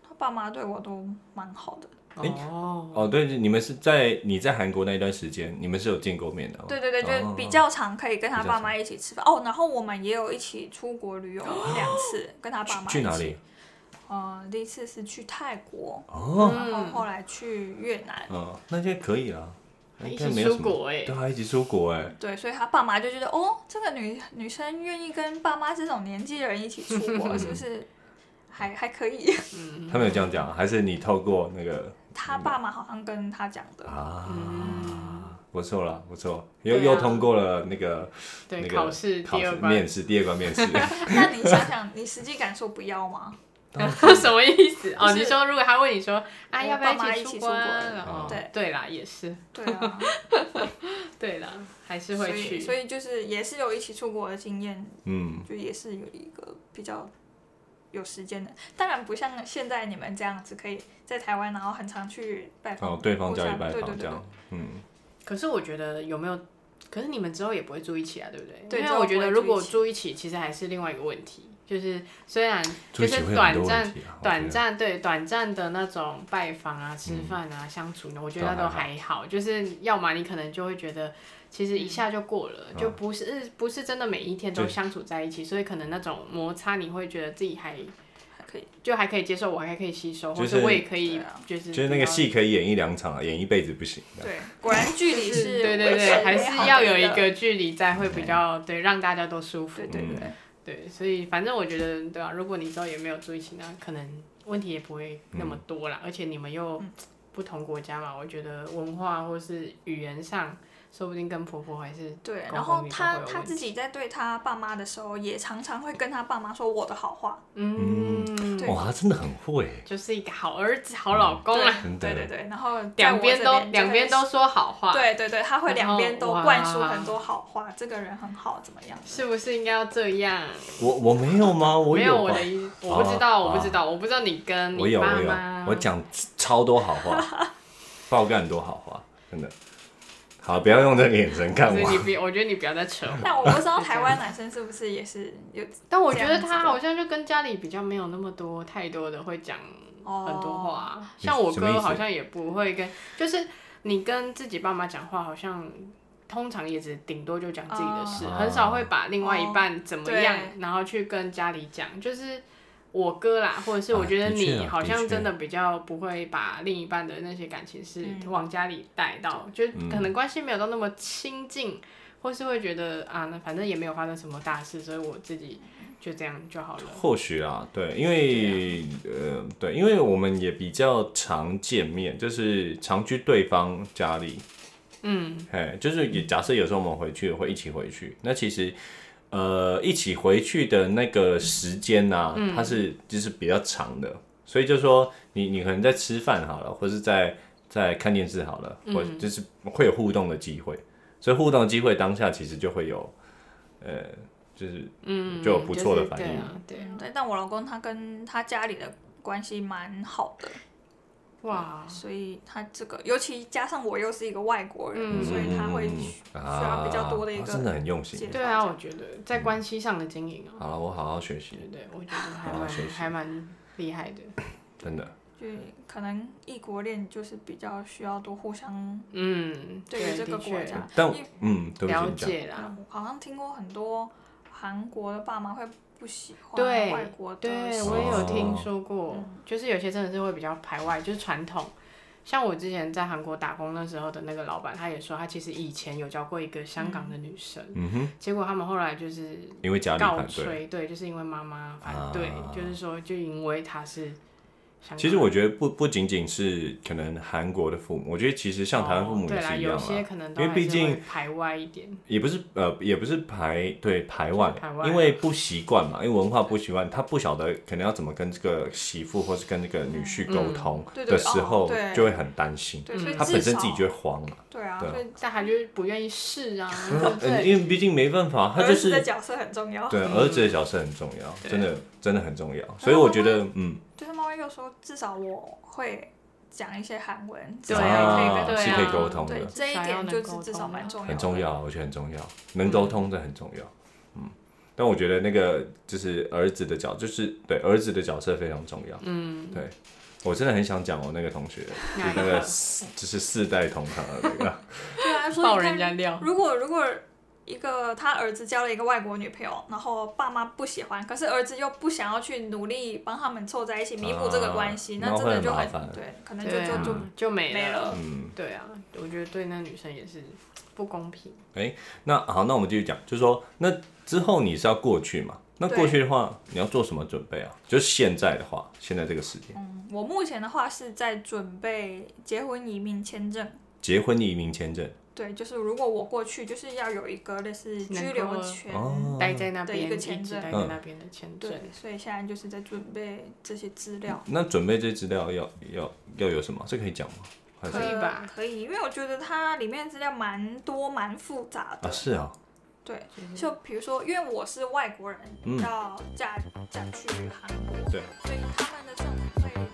[SPEAKER 3] 他爸妈对我都蛮好的。
[SPEAKER 1] 诶
[SPEAKER 2] 哦，
[SPEAKER 1] 哦，对，你们是在你在韩国那一段时间，你们是有见过面的吗？
[SPEAKER 3] 对对对，就
[SPEAKER 1] 哦
[SPEAKER 3] 是比较常可以跟他
[SPEAKER 1] 比较
[SPEAKER 3] 爸妈一起吃饭哦。然后我们也有一起出国旅游两次，跟他爸妈
[SPEAKER 1] 哦去
[SPEAKER 3] 一
[SPEAKER 1] 哪
[SPEAKER 3] 起
[SPEAKER 1] 里？？
[SPEAKER 3] 嗯，第一次是去泰国，
[SPEAKER 1] 哦，
[SPEAKER 3] 然后
[SPEAKER 2] 嗯
[SPEAKER 3] 后来去越南。
[SPEAKER 1] 嗯，那些可以啦，
[SPEAKER 2] 一
[SPEAKER 1] 应该没
[SPEAKER 2] 起
[SPEAKER 1] 有
[SPEAKER 2] 出
[SPEAKER 1] 什么。
[SPEAKER 2] 国哎
[SPEAKER 1] 对，啊，一起出国哎，
[SPEAKER 3] 对，所以他爸妈就觉得，哦，这个女女生愿意跟爸妈这种年纪的人一起出
[SPEAKER 1] <laughs>
[SPEAKER 3] 国，是不是还还可以？
[SPEAKER 2] 嗯
[SPEAKER 1] 他们有这样讲，啊还是你透过那个
[SPEAKER 3] 他爸妈好像跟他讲的，
[SPEAKER 1] 嗯啊
[SPEAKER 2] 嗯？
[SPEAKER 1] 不错啦，不错，又
[SPEAKER 2] 对啊
[SPEAKER 1] 又通过了那个那
[SPEAKER 2] 对
[SPEAKER 1] 个
[SPEAKER 2] 考试
[SPEAKER 1] 考
[SPEAKER 2] 第
[SPEAKER 1] 试
[SPEAKER 2] 二关
[SPEAKER 1] 面试第二关
[SPEAKER 2] <laughs>
[SPEAKER 1] 面试，
[SPEAKER 3] <laughs> 那你想想，你实际感受不要吗？
[SPEAKER 1] <laughs>
[SPEAKER 2] <laughs> 什么意思？哦，
[SPEAKER 3] 就是
[SPEAKER 2] 你说如果他问你说啊，
[SPEAKER 3] 我
[SPEAKER 2] 要不
[SPEAKER 3] 爸妈
[SPEAKER 2] 要
[SPEAKER 3] 一
[SPEAKER 2] 出
[SPEAKER 3] 起出
[SPEAKER 2] 国
[SPEAKER 3] 国
[SPEAKER 2] 啊？
[SPEAKER 3] 了
[SPEAKER 1] 哦
[SPEAKER 2] 然后
[SPEAKER 3] 对
[SPEAKER 2] 对啦，也是
[SPEAKER 3] 对啊，
[SPEAKER 2] 对啦，还是
[SPEAKER 3] 所
[SPEAKER 2] 会
[SPEAKER 3] 以
[SPEAKER 2] 去。
[SPEAKER 3] 所以就是也是有一起出国的经验，
[SPEAKER 1] 嗯，
[SPEAKER 3] 就也是有一个比较有时间的。当然不像现在你们这样子，可以在台湾然后很常去拜访
[SPEAKER 1] 哦，对方家里
[SPEAKER 3] 互相
[SPEAKER 1] 拜
[SPEAKER 3] 对对
[SPEAKER 1] 访
[SPEAKER 3] 对
[SPEAKER 1] 这样，嗯，
[SPEAKER 2] 可是我觉得有没有？可是你们之后也不会住一起啊，对不对？
[SPEAKER 3] 对
[SPEAKER 2] 因
[SPEAKER 3] 之
[SPEAKER 2] 为
[SPEAKER 3] 后
[SPEAKER 2] 我觉得
[SPEAKER 3] 不会
[SPEAKER 2] 如果
[SPEAKER 3] 住一起
[SPEAKER 2] 住一起，其实还是另外一个问题，就是虽然
[SPEAKER 1] 住一
[SPEAKER 2] 就
[SPEAKER 1] 起
[SPEAKER 2] 是
[SPEAKER 1] 会有很
[SPEAKER 2] 短
[SPEAKER 1] 多问
[SPEAKER 2] 暂、
[SPEAKER 1] 题啊，我觉得
[SPEAKER 2] 短暂对短暂的那种拜访啊、吃饭啊、相处呢，我觉得那
[SPEAKER 1] 嗯都
[SPEAKER 2] 都
[SPEAKER 1] 还
[SPEAKER 2] 还好。就是要么你可能就会觉得，其
[SPEAKER 3] 嗯
[SPEAKER 2] 实一下就过了，就不是不是真的每一天都
[SPEAKER 1] 嗯对
[SPEAKER 2] 相处在一起，所以可能那种摩擦你会觉得自己还
[SPEAKER 3] 还可以。
[SPEAKER 2] 就还可以接受，我还可以吸收，
[SPEAKER 1] 就是
[SPEAKER 2] 或者我也可以
[SPEAKER 3] 对啊
[SPEAKER 2] 就是
[SPEAKER 1] 就是那个戏可以演一两场啊，演一辈子不行。
[SPEAKER 3] 对，果然距离是
[SPEAKER 2] <laughs> 对对
[SPEAKER 3] 维持
[SPEAKER 2] 对，还
[SPEAKER 3] 美好
[SPEAKER 2] 是
[SPEAKER 3] 的
[SPEAKER 2] 要有一个距离在，会比较对，让大家都舒服
[SPEAKER 3] 对。对
[SPEAKER 1] 嗯
[SPEAKER 3] 对。
[SPEAKER 2] 对，所以反正我觉得，对啊，如果你之后也没有住一起，那可能问题也不会那
[SPEAKER 1] 嗯
[SPEAKER 2] 么多啦。而且你们又
[SPEAKER 3] 嗯
[SPEAKER 2] 不同国家嘛，我觉得文化或是语言上，说不定跟婆婆还是
[SPEAKER 3] 对，
[SPEAKER 2] 沟通
[SPEAKER 3] 然后
[SPEAKER 2] 力都
[SPEAKER 3] 他
[SPEAKER 2] 会有
[SPEAKER 3] 他
[SPEAKER 2] 问
[SPEAKER 3] 自己在对他爸妈的时候，也常常会跟他爸妈说我的好话。
[SPEAKER 2] 嗯，
[SPEAKER 3] 对
[SPEAKER 1] 哇，他真的很会，
[SPEAKER 2] 就是一个好儿
[SPEAKER 1] 嗯
[SPEAKER 2] 子、好老公
[SPEAKER 3] 对
[SPEAKER 2] 啊，
[SPEAKER 1] 真的
[SPEAKER 3] 对对对，然后在
[SPEAKER 2] 两
[SPEAKER 3] 我
[SPEAKER 2] 边
[SPEAKER 3] 这
[SPEAKER 2] 都
[SPEAKER 3] 就
[SPEAKER 2] 两
[SPEAKER 3] 会
[SPEAKER 2] 边都说好话，
[SPEAKER 3] 对对对，他会
[SPEAKER 2] 然
[SPEAKER 3] 两
[SPEAKER 2] 后
[SPEAKER 3] 边都
[SPEAKER 2] 哇
[SPEAKER 3] 灌输很多好话，这个人很好，怎么样？
[SPEAKER 2] 是不是应该要这样？
[SPEAKER 1] 我我没有吗？我
[SPEAKER 2] 没有我
[SPEAKER 1] 吧
[SPEAKER 2] 的意，我不知
[SPEAKER 1] 啊
[SPEAKER 2] 道，我不知道，我不知道你跟
[SPEAKER 1] 我
[SPEAKER 2] 你
[SPEAKER 1] 有
[SPEAKER 2] 爸
[SPEAKER 1] 我有
[SPEAKER 2] 妈，，
[SPEAKER 1] 我讲超多好
[SPEAKER 2] <laughs>
[SPEAKER 1] 话，爆干很多好话，真的。好，不要用这个眼神看
[SPEAKER 2] 所以你
[SPEAKER 1] 我。
[SPEAKER 2] 不，我觉得你不要再扯
[SPEAKER 3] <laughs>
[SPEAKER 2] 我。
[SPEAKER 3] 但我不知
[SPEAKER 2] <laughs>
[SPEAKER 3] 道台湾男生是不是也是有
[SPEAKER 2] 但我觉
[SPEAKER 3] 这
[SPEAKER 2] 得
[SPEAKER 3] 样子的
[SPEAKER 2] 他好像就跟家里比较没有那么多太多的会讲很
[SPEAKER 3] 哦
[SPEAKER 2] 多话啊、像我
[SPEAKER 1] 什么意
[SPEAKER 2] 哥
[SPEAKER 1] 思
[SPEAKER 2] 好像也不会跟，就是你跟自己爸妈讲话，好像通常也只顶多就讲自己的事，
[SPEAKER 1] 哦
[SPEAKER 2] 很少会把另外一半怎么样，
[SPEAKER 3] 哦
[SPEAKER 2] 然后去跟家里讲，就是。我哥啦，或者是我觉
[SPEAKER 1] 啊
[SPEAKER 2] 得
[SPEAKER 1] 的确啊
[SPEAKER 2] 你好
[SPEAKER 1] 的确
[SPEAKER 2] 像真的比较不会把另一半的那些感情是
[SPEAKER 3] 嗯
[SPEAKER 2] 往家里带到，
[SPEAKER 1] 嗯
[SPEAKER 2] 就可能关系没有到那么亲近，或是会觉得啊，那反正也没有发生什么大事，所以我自己就这样就好了。
[SPEAKER 1] 或许啊，对，因为
[SPEAKER 2] 啊
[SPEAKER 1] 呃，对，因为我们也比较常见面，就是常去对方家里，
[SPEAKER 2] 嗯，
[SPEAKER 1] 哎，就是也假设有时候我们回去会一起回去，那其实呃一起回去的那个时间呢、
[SPEAKER 3] 嗯
[SPEAKER 1] 它是就是比较长的，所以就说你你可能在吃饭好了，或是在在看电视好了，或
[SPEAKER 3] 嗯
[SPEAKER 1] 就是会有互动的机会，所以互动的机会当下其实就会有呃就是
[SPEAKER 2] 嗯，
[SPEAKER 1] 就有不错的反
[SPEAKER 2] 就是
[SPEAKER 1] 应
[SPEAKER 2] 对啊，对啊，
[SPEAKER 3] 嗯对，但我老公他跟他家里的关系蛮好的，
[SPEAKER 2] 哇，
[SPEAKER 3] 所以他这个，尤其加上我又是一个外国人，
[SPEAKER 2] 嗯
[SPEAKER 3] 所以他会
[SPEAKER 1] 嗯
[SPEAKER 3] 需
[SPEAKER 1] 啊
[SPEAKER 3] 要比较多的一个
[SPEAKER 1] 真的很用心
[SPEAKER 3] 见。
[SPEAKER 2] 对啊，我觉得在关系上的经营啊，
[SPEAKER 1] 好了，我好好学
[SPEAKER 2] 对
[SPEAKER 1] 习，
[SPEAKER 2] 对，我觉得还
[SPEAKER 1] 好啊
[SPEAKER 2] 蛮
[SPEAKER 1] 谢谢
[SPEAKER 2] 还蛮厉害的，
[SPEAKER 1] 真的。
[SPEAKER 3] 就是可能异国恋就是比较需要多互相
[SPEAKER 2] 嗯，
[SPEAKER 3] 对于
[SPEAKER 2] 对，
[SPEAKER 3] 这个
[SPEAKER 2] 的
[SPEAKER 3] 国
[SPEAKER 2] 确
[SPEAKER 3] 家
[SPEAKER 1] 但
[SPEAKER 3] 因为
[SPEAKER 1] 嗯，对不起，
[SPEAKER 2] 了
[SPEAKER 1] 你讲
[SPEAKER 2] 解啦，
[SPEAKER 3] 我嗯好像听过很多韩国的爸妈会不喜欢
[SPEAKER 2] 对
[SPEAKER 3] 外国的嗯
[SPEAKER 2] 对，
[SPEAKER 3] 小
[SPEAKER 2] 我也有听
[SPEAKER 1] 哦
[SPEAKER 2] 说过，就是有些真的是会比较排外，就是传统。像我之前在韩国打工那时候的那个老板，他也说他其实以前有教过一个香港的女生，
[SPEAKER 1] 嗯哼，
[SPEAKER 2] 结果他们后来就是
[SPEAKER 1] 因为家里
[SPEAKER 2] 告
[SPEAKER 1] 反对。
[SPEAKER 2] 吹，对，就是因为妈妈反对，
[SPEAKER 1] 啊
[SPEAKER 2] 就是说就因为她是香港。
[SPEAKER 1] 其实我觉得不不仅仅是可能韩国的父母，我觉得其实像台湾父母也
[SPEAKER 2] 哦对啦，
[SPEAKER 1] 是一样啊。
[SPEAKER 2] 有些可能都
[SPEAKER 1] 因为毕
[SPEAKER 2] 还是会
[SPEAKER 1] 竟
[SPEAKER 2] 排外一点，
[SPEAKER 1] 也不是呃，也不是排对排外
[SPEAKER 2] 排外，
[SPEAKER 1] 因为
[SPEAKER 3] 啊
[SPEAKER 1] 不习惯嘛，因为文化不习惯，他不晓得可能要怎么跟这个媳妇或是跟这个女婿沟通
[SPEAKER 3] 嗯对对
[SPEAKER 1] 的时候
[SPEAKER 3] 哦，对
[SPEAKER 1] 就会很担心，
[SPEAKER 3] 对，所以
[SPEAKER 1] 嗯他本身
[SPEAKER 3] 至少
[SPEAKER 1] 自己就会慌嘛。
[SPEAKER 3] 对啊，
[SPEAKER 1] 对啊
[SPEAKER 3] 所以
[SPEAKER 2] 但他就是不愿意试
[SPEAKER 1] <laughs>
[SPEAKER 2] 啊，
[SPEAKER 1] 嗯
[SPEAKER 2] 对不
[SPEAKER 1] 嗯
[SPEAKER 2] 对？
[SPEAKER 1] 因为毕竟没办法，他
[SPEAKER 3] 儿
[SPEAKER 1] 就
[SPEAKER 3] 子的嗯
[SPEAKER 1] 是
[SPEAKER 3] 角色很重要。
[SPEAKER 1] 对儿子的角色很重要，
[SPEAKER 2] 对
[SPEAKER 1] 真的真的很重要，所以我觉得嗯，
[SPEAKER 3] 就是妈妈又说，至少我会讲一些韩文，至
[SPEAKER 2] 对
[SPEAKER 3] 少
[SPEAKER 2] 啊
[SPEAKER 3] 也可以
[SPEAKER 1] 啊
[SPEAKER 3] 跟
[SPEAKER 2] 对
[SPEAKER 1] 是
[SPEAKER 2] 啊
[SPEAKER 1] 可以沟通
[SPEAKER 3] 对
[SPEAKER 1] 的，
[SPEAKER 3] 这一点就是至少蛮重要，
[SPEAKER 1] 很重。
[SPEAKER 2] 哦
[SPEAKER 1] 要，我觉得很重要，能沟通这很重要，嗯。但我觉得那个就是儿子的角，就是对儿子的角色非常重要。
[SPEAKER 2] 嗯，
[SPEAKER 1] 对，我真的很想讲我那个同学，就是那
[SPEAKER 2] <laughs> 哪一
[SPEAKER 1] 个
[SPEAKER 2] 个
[SPEAKER 1] 四就是四代同堂的那个，
[SPEAKER 3] 对啊，所以
[SPEAKER 2] 爆
[SPEAKER 3] 你看
[SPEAKER 2] 人家料，
[SPEAKER 3] 如果如果一个他儿子交了一个外国女朋友，然后爸妈不喜欢，可是儿子又不想要去努力帮他们凑在一起弥补这个关系，
[SPEAKER 1] 啊
[SPEAKER 3] 那真的就
[SPEAKER 1] 那会
[SPEAKER 3] 很
[SPEAKER 1] 很麻烦
[SPEAKER 3] 对，可能就
[SPEAKER 2] 对
[SPEAKER 3] 就
[SPEAKER 2] 啊
[SPEAKER 3] 就
[SPEAKER 2] 就没
[SPEAKER 3] 没了
[SPEAKER 1] 嗯，
[SPEAKER 2] 对啊，我觉得对那女生也是不公平。
[SPEAKER 1] 那好，那我们继续讲，就是说那之后你是要过去嘛？那过
[SPEAKER 3] 对
[SPEAKER 1] 去的话，你要做什么准备啊？就是现在的话，现在这个时间，
[SPEAKER 3] 嗯我目前的话是在准备结婚移民签证。
[SPEAKER 1] 结婚移民签证
[SPEAKER 3] 对，就是如果我过去，就是要有一个类似居留权。
[SPEAKER 1] 哦，
[SPEAKER 2] 待在那边
[SPEAKER 3] 的一个
[SPEAKER 2] 一直
[SPEAKER 3] 签证
[SPEAKER 2] 待在
[SPEAKER 1] 嗯
[SPEAKER 2] 那边的签证
[SPEAKER 3] 对。，所以现在就是在准备这些资料。
[SPEAKER 1] 那准备这资料要要要有什么？这可以讲吗？还是
[SPEAKER 2] 可以吧
[SPEAKER 3] 呃可以，因为我觉得它里面资料蛮多、蛮复杂的。
[SPEAKER 1] 啊是啊，
[SPEAKER 3] 对，
[SPEAKER 2] 就是
[SPEAKER 3] 就比如说，因为我是外国人，
[SPEAKER 1] 嗯
[SPEAKER 3] 要嫁嫁去韩国，
[SPEAKER 1] 对，
[SPEAKER 3] 所以他们的政府会